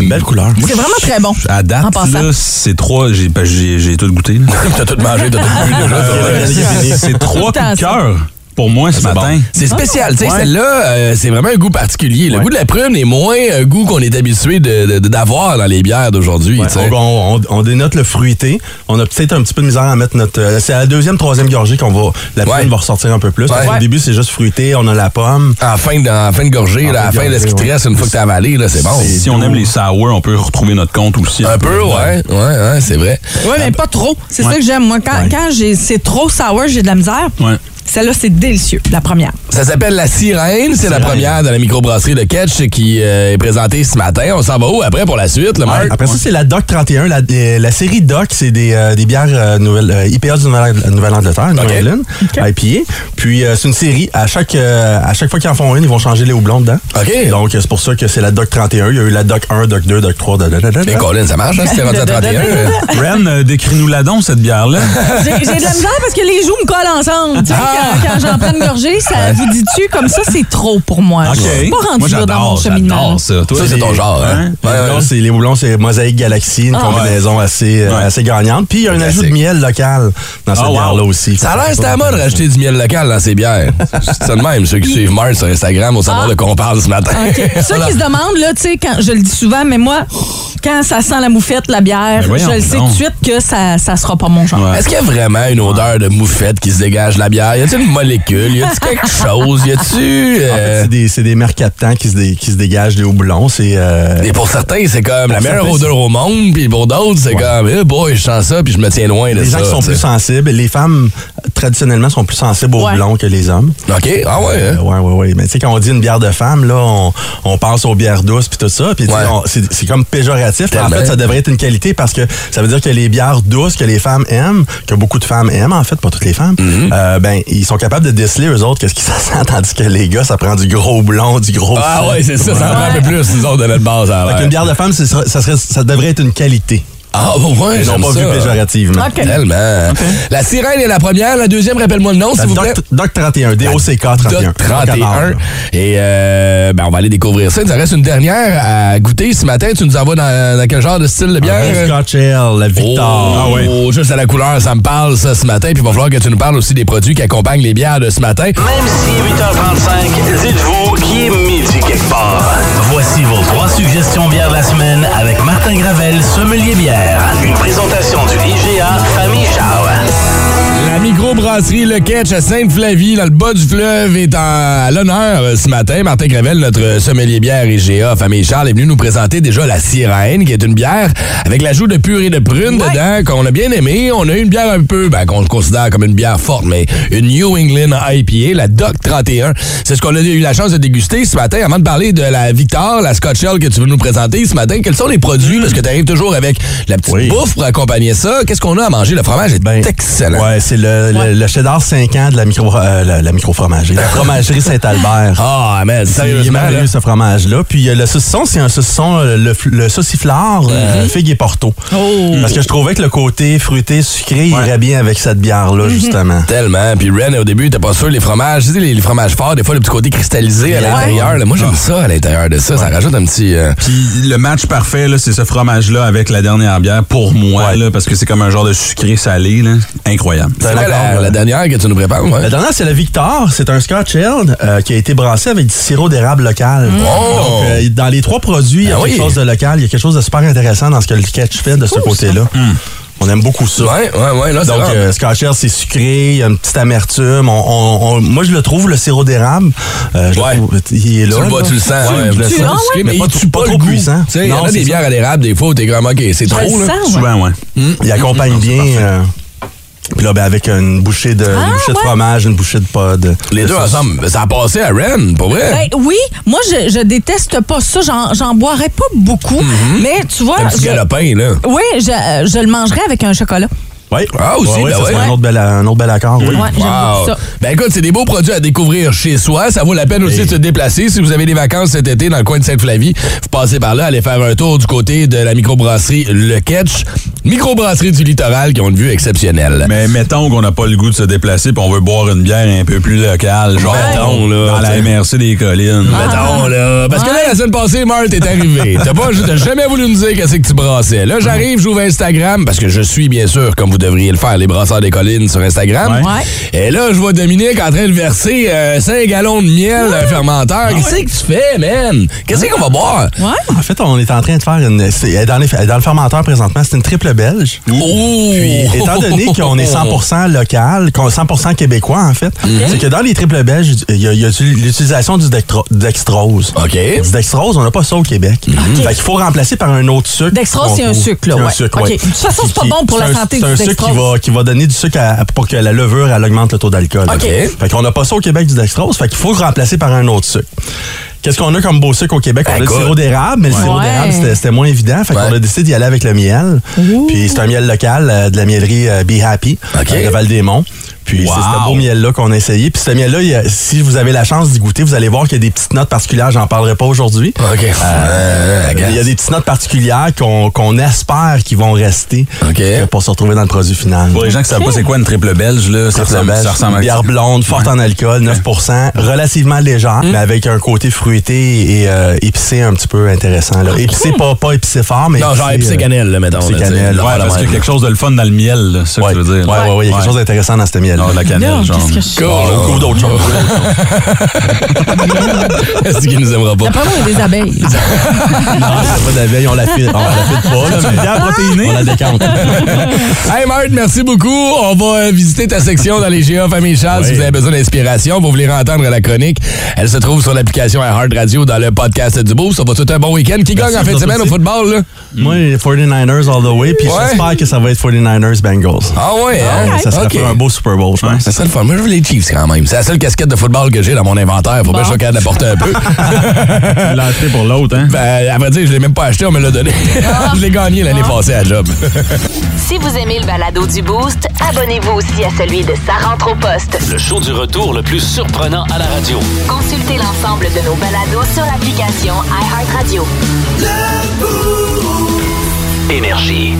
S6: une belle couleur.
S3: C'est vraiment très bon.
S2: À date,
S3: En passant.
S2: là, c'est trois. J'ai, ben, j'ai, j'ai tout goûté. là.
S1: T'as tout mangé, t'as tout bu. déjà,
S2: Euh,
S1: t'as-
S2: c'est trois coups de cœur pour moi ce matin.
S6: Ah
S1: C'est spécial, tu sais,
S2: Ouais.
S1: celle-là, euh, c'est vraiment un goût particulier. Le goût de la prune est moins un goût qu'on est habitué de- de- d'avoir dans les bières d'aujourd'hui,
S6: Ouais,
S1: tu sais.
S6: on, on- on dénote le fruité. On a peut-être un petit peu de misère à mettre notre. euh, c'est à la deuxième, troisième gorgée qu'on va. La prune va ressortir un peu plus. Parce qu'au
S1: Ouais.
S6: début, c'est juste fruité. On a la pomme.
S1: En fin de, en fin de gorgée,
S6: En
S1: là, à la
S6: fin de
S1: fin de ce qui te
S6: gorgée, ouais.
S1: reste, une fois que t'as avalé, là, c'est bon.
S2: Si on aime les sour, on peut retrouver notre compte aussi.
S1: Un peu, ouais, ouais, ouais, c'est vrai.
S3: Oui, mais pas trop. C'est
S2: Ah, Ouais.
S3: ça que j'aime. Moi, quand,
S2: Ouais.
S3: quand j'ai- c'est trop sour, j'ai de la misère.
S2: Ouais.
S3: Celle-là, c'est délicieux, la première.
S1: Ça s'appelle La Sirène, c'est la première de la microbrasserie de Ketch qui euh, est présentée ce matin. On s'en va où après pour la suite, le Marc?
S6: Après ça, c'est la Doc 31. La, euh, la série Doc, c'est des, euh, des bières euh, nouvelles, euh, IPA du Nouvelle- Nouvelle-Angleterre, Nouvelle-Lune, IPA. Puis euh, c'est une série, à chaque, euh, à chaque fois qu'ils en font une, ils vont changer les houblons dedans.
S1: OK.
S6: Donc euh, c'est pour ça que c'est la Doc 31. Il y a eu la Doc 1, Doc 2, Doc 3, Doc
S1: Mais Colin, ça marche, hein, si t'es rendu à 31. euh.
S2: Ren, euh, décris-nous la don, cette bière-là.
S3: J'ai j'ai de la misère parce que les joues me collent ensemble. Tu sais, Quand, quand j'en prends une gorgée, ça vous dit-tu, comme ça, c'est trop pour moi. Je suis pas rendu là dans mon cheminement.
S2: ça. Toi,
S1: Ça, c'est
S2: les-
S1: ton genre, hein?
S6: Les
S1: Ouais, Ah, ouais.
S6: houblons, c'est- les houblons, c'est Mosaïque Galaxy, une combinaison assez, euh,
S2: Ouais.
S6: assez gagnante. Puis il y a un ajout de
S1: classique.
S6: miel local dans cette
S2: Ah, wow.
S6: bière-là aussi.
S1: Ça a l'air, c'est à la mode de rajouter du miel local dans ses bières. C'est ça de même. Ceux qui suivent Mars sur Instagram vont savoir de quoi on parle ce matin.
S3: Ah. OK. Ceux
S1: Voilà.
S3: qui se demandent, là, tu sais, quand je le dis souvent, mais moi, quand ça sent la moufette, la bière,
S2: Ben voyons
S3: je le sais
S2: donc.
S3: tout de suite que ça, ça sera pas mon genre.
S2: Ouais.
S1: Est-ce qu'il y a vraiment une odeur de moufette qui se dégage de la bière? Y a-t-il une molécule? Y a-t-il quelque chose? Y a-tu.
S6: En fait,
S1: euh,
S6: c'est des, c'est des mercaptans qui se, dé- qui se dégagent des houblons. C'est euh,
S1: Et pour certains, c'est comme la
S6: Pour
S1: meilleure
S6: certains,
S1: odeur au monde, puis pour d'autres, c'est comme, eh boy, je sens ça, puis je me tiens loin de
S6: les
S1: ça.
S6: gens qui sont
S1: tu
S6: plus
S1: sais.
S6: sensibles. Les femmes, traditionnellement, sont plus sensibles aux
S3: Ouais.
S6: houblons que les hommes.
S1: OK, ah ouais,
S6: Euh,
S1: hein?
S6: ouais, ouais, ouais. Mais tu sais, quand on dit une bière de femme, là, on, on pense aux bières douces puis tout ça. Puis tu sais,
S1: Ouais.
S6: on- c'est c'est comme péjoratif. En
S1: Tellement.
S6: fait, ça devrait être une qualité parce que ça veut dire que les bières douces que les femmes aiment, que beaucoup de femmes aiment, en fait, pas toutes les femmes,
S1: Mm-hmm.
S6: euh, ben, ils sont capables de déceler eux autres qu'est-ce qui ça sent, tandis que les gars, ça prend du gros blond, du gros.
S1: Ah ouais, c'est ça, ça en prend un peu plus, nous autres, de notre base. à
S6: Fait
S1: l'air.
S6: qu'une bière de femme, c'est- ça, serait- ça devrait être une qualité.
S16: Ah, ouais,
S1: Ils
S16: j'aime
S1: n'ont pas
S16: ça.
S1: vu péjorativement.
S16: Ok.
S1: Tellement. La sirène est la première. La deuxième, rappelle-moi le nom, s'il vous plaît. Doc 31, DOCK 31. Doc 31. Et euh, ben, on va aller découvrir ça. Il nous en reste une dernière à goûter ce matin. Tu nous envoies dans, dans quel genre de style de bière?
S6: Red
S1: Scotch Ale, la Victor.
S6: Ah ouais.
S1: Juste à la couleur, ça me parle ça ce matin. Puis il va falloir que tu nous parles aussi des produits qui accompagnent les bières de ce matin.
S5: Même si 8h35, dites-vous qu'il est midi quelque part. Voici vos trois suggestions bières de la semaine avec Martin Gravel, sommelier bière. Une présentation du IGA Famille Charles.
S1: La microbrasserie Le Ketch à Sainte-Flavie, dans le bas du fleuve, est en- à l'honneur euh, ce matin. Martin Gravel, notre sommelier bière IGA Famille Charles, est venu nous présenter déjà la Sirène, qui est une bière avec l'ajout de purée de prune dedans, qu'on a bien aimé. On a une bière un peu, ben, qu'on considère comme une bière forte, mais une New England IPA, la Doc 31. C'est ce qu'on a eu la chance de déguster ce matin. Avant de parler de la Victor, la Scotch Ale que tu veux nous présenter ce matin, quels sont les produits? Parce que tu arrives toujours avec la petite bouffe pour accompagner ça. Qu'est-ce qu'on a à manger? Le fromage est excellent.
S6: Ben, Ouais, c'est le, le, le cheddar 5 ans de la micro euh, la, la micro-fromagerie, la fromagerie Saint-Albert.
S1: Ah, mais
S6: sérieusement, il est merveilleux ce fromage là, puis euh, le saucisson, c'est un saucisson euh, le, f- le sauciflard euh,
S1: Mm-hmm.
S6: figue et porto.
S1: Oh.
S6: Parce que je trouvais que le côté fruité sucré irait bien avec cette bière là justement.
S1: Mm-hmm. Tellement. Puis Ren, au début, t'es pas sûr, les fromages, tu sais, les, les fromages forts, des fois, le petit côté cristallisé à
S6: Ouais. Ah.
S1: l'intérieur. là. Moi, j'aime ça à l'intérieur de ça. Ça rajoute un petit. euh,
S6: Puis le match parfait, là, c'est ce fromage-là avec la dernière bière pour moi, là, parce que c'est comme un genre de sucré salé. là. Incroyable.
S1: C'est quoi la- la dernière que tu nous prépares? ouais?
S6: La dernière, c'est la Victor. C'est un Scotch Ale euh, qui a été brassé avec du sirop d'érable local. Donc, euh, dans les trois produits, il y a
S1: Ah
S6: quelque
S1: Mm. Oh! oui.
S6: chose de local. Il y a quelque chose de super intéressant dans ce que le catch fait de ce côté-là. On aime beaucoup ça.
S1: Mm. Ouais, ouais, ouais, là, c'est
S6: Donc,
S1: rare.
S6: euh, Scotch Ale, c'est sucré, il y a une petite amertume. On- on- on- moi, je le trouve, le sirop d'érable. euh, je le trouve- il est là.
S1: tu le vois,
S6: là.
S1: tu le sens.
S6: Ouais,
S1: ouais.
S6: je le
S1: Tu-
S6: sens.
S1: sucré, mais
S6: pas,
S1: il
S6: trop-
S1: tue pas, le
S6: trop
S1: goût.
S6: puissant.
S1: Tu sais, Il y en
S6: Non,
S1: a
S6: c'est
S1: des
S6: ça.
S1: bières Mm. à l'érable, des fois, où t'es comme, OK, c'est
S6: Je
S1: trop.
S6: le
S1: là.
S6: sens, ouais. Souvent, ouais. Il accompagne bien. euh, Puis là, ben, avec une bouchée de, une bouchée de fromage, une bouchée de pod.
S1: Ah, Les
S6: de
S1: deux
S6: sauce.
S1: ensemble, ça a passé à Ren, pour vrai.
S3: Ben oui, moi je, je déteste pas ça, j'en, j'en boirais pas beaucoup,
S2: Mm-hmm.
S3: mais tu vois,
S1: un
S6: ah,
S1: petit
S3: je-
S1: galopin, là.
S3: oui, je, euh, je le mangerais avec un chocolat.
S6: Oui.
S1: Ah, aussi,
S6: Ouais, ouais,
S1: ben
S6: ça
S1: ouais.
S6: serait un autre bel, un autre bel accord. oui.
S3: Ouais, j'aime beaucoup ça.
S1: Ben écoute, c'est des beaux produits à découvrir chez soi. Ça vaut la peine aussi de se déplacer. Si vous avez des vacances cet été dans le coin de Sainte-Flavie, vous passez par là, allez faire un tour du côté de la microbrasserie Le Ketch. Microbrasserie du littoral qui ont une vue exceptionnelle.
S6: Mais mettons qu'on n'a pas le goût de se déplacer puis on veut boire une bière un peu plus locale, genre
S1: Mettons, là,
S6: dans la
S1: t'sais.
S6: MRC des collines.
S1: Mettons, Oh là. Parce que là, la semaine passée, Marthe est arrivée. T'as pas, t'as jamais voulu nous dire qu'est-ce que tu brassais. Là, j'arrive, j'ouvre Instagram, parce que je suis, bien sûr, comme vous devriez le faire, les brasseurs des collines sur Instagram. Et là, je vois Dominique en train de verser 5 gallons de miel à un fermenteur. Qu'est-ce que tu fais, man? Qu'est-ce qu'on va boire?
S6: En fait, on est en train de faire une. c'est- elle est dans, les- elle est dans le fermenteur présentement, c'est une triple belge. Puis, étant donné qu'on est 100 local, qu'on est 100 québécois, en fait, c'est que dans les triples belges, il y a, il y a du- l'utilisation du dextro- dextrose.
S1: OK.
S6: Du dextrose, on n'a pas ça au Québec. Fait qu'il faut remplacer par un autre sucre.
S3: Dextrose,
S6: qu'on
S3: c'est un
S6: trouve.
S3: sucre, là,
S6: C'est un
S3: ouais.
S6: sucre,
S3: OK. De
S6: ouais.
S3: toute façon, c'est pas
S6: Qui-
S3: bon pour la
S6: un-
S3: santé,
S6: C'est
S3: du
S6: un sucre qui
S3: dextrose.
S6: va, qui va donner du sucre à- pour que la levure, elle augmente le taux d'alcool.
S3: OK.
S6: Fait qu'on n'a pas ça au Québec du dextrose, fait qu'il faut le remplacer par un autre sucre. Qu'est-ce qu'on a comme beau sucre au Québec? On a
S3: Ben,
S6: le
S1: Écoute.
S6: sirop d'érable, mais le
S1: Ouais.
S6: sirop
S1: Ouais.
S6: d'érable, c'était- c'était moins évident. Fait qu'on a décidé d'y aller avec le miel. Puis c'est un miel local euh, de la mielerie euh, Be Happy euh, de Val-des-Monts. Puis
S1: Wow.
S6: c'est ce beau miel-là qu'on a essayé. Puis ce miel-là, il y a- si vous avez la chance d'y goûter, vous allez voir qu'il y a des petites notes particulières. J'en parlerai pas aujourd'hui.
S1: OK.
S6: Euh, il y a des petites notes particulières qu'on qu'on espère qu'ils vont rester euh, pour se retrouver dans le produit final.
S2: Pour les gens qui savent pas c'est quoi une triple belge, là, ça
S6: Triple
S2: ressemble,
S6: belge,
S2: ça ressemble à
S6: bière blonde, forte en alcool, 9 relativement légère,
S2: Mm.
S6: mais avec un côté fruité et euh, épicé un petit peu intéressant.
S2: Ah,
S6: là. Épicé, pas, pas épicé fort, mais.
S1: Non, genre épicé cannelle, là, mettons,
S6: Épicé
S1: là, tu sais.
S6: cannelle.
S1: Ouais, parce qu'il y a quelque
S6: chose de le fun dans le miel, là, ça
S2: que tu veux dire.
S6: Ouais, euh, ouais, ouais, il y a quelque
S2: Ouais.
S6: chose d'intéressant dans ce miel.
S2: Non, de la cannelle, Non, genre. qu'est-ce que je
S6: Cool. On couvre d'autres choses.
S1: Est-ce qu'il nous aimera pas?
S3: D'après moi, il y a des abeilles.
S6: Pas d'abeille, on la file, on la file pas. là, mais- On la décante.
S1: Hey Marthe, merci beaucoup. On va euh, visiter ta section dans les GA Famille Charles si vous avez besoin d'inspiration. Vous voulez entendre la chronique. Elle se trouve sur l'application iHeart Radio dans le podcast du Boost. On va tout un bon week-end. Qui gagne en fin de semaine au football? Là?
S6: Moi, les 49ers all the way, puis
S1: Ouais.
S6: j'espère que ça va être 49ers Bengals.
S1: Ah ouais, hein?
S6: ouais, Ça serait
S1: Ok.
S6: pour un beau Super Bowl, je pense.
S1: Ça serait le fun. Moi, je veux les Chiefs quand même. C'est la seule casquette de football que j'ai dans mon inventaire. Faut bien que je sois capable de la porter un peu.
S2: L'acheter pour l'autre, hein?
S1: Ben, à vrai dire, je l'ai même pas acheté, on me l'a donné. je l'ai gagné l'année passée à job.
S12: Si vous aimez le balado du Boost, abonnez-vous aussi à celui de Sa rentre au poste.
S5: Le show du retour le plus surprenant à la radio.
S12: Consultez l'ensemble de nos balados sur l'application iHeartRadio.
S5: Énergie.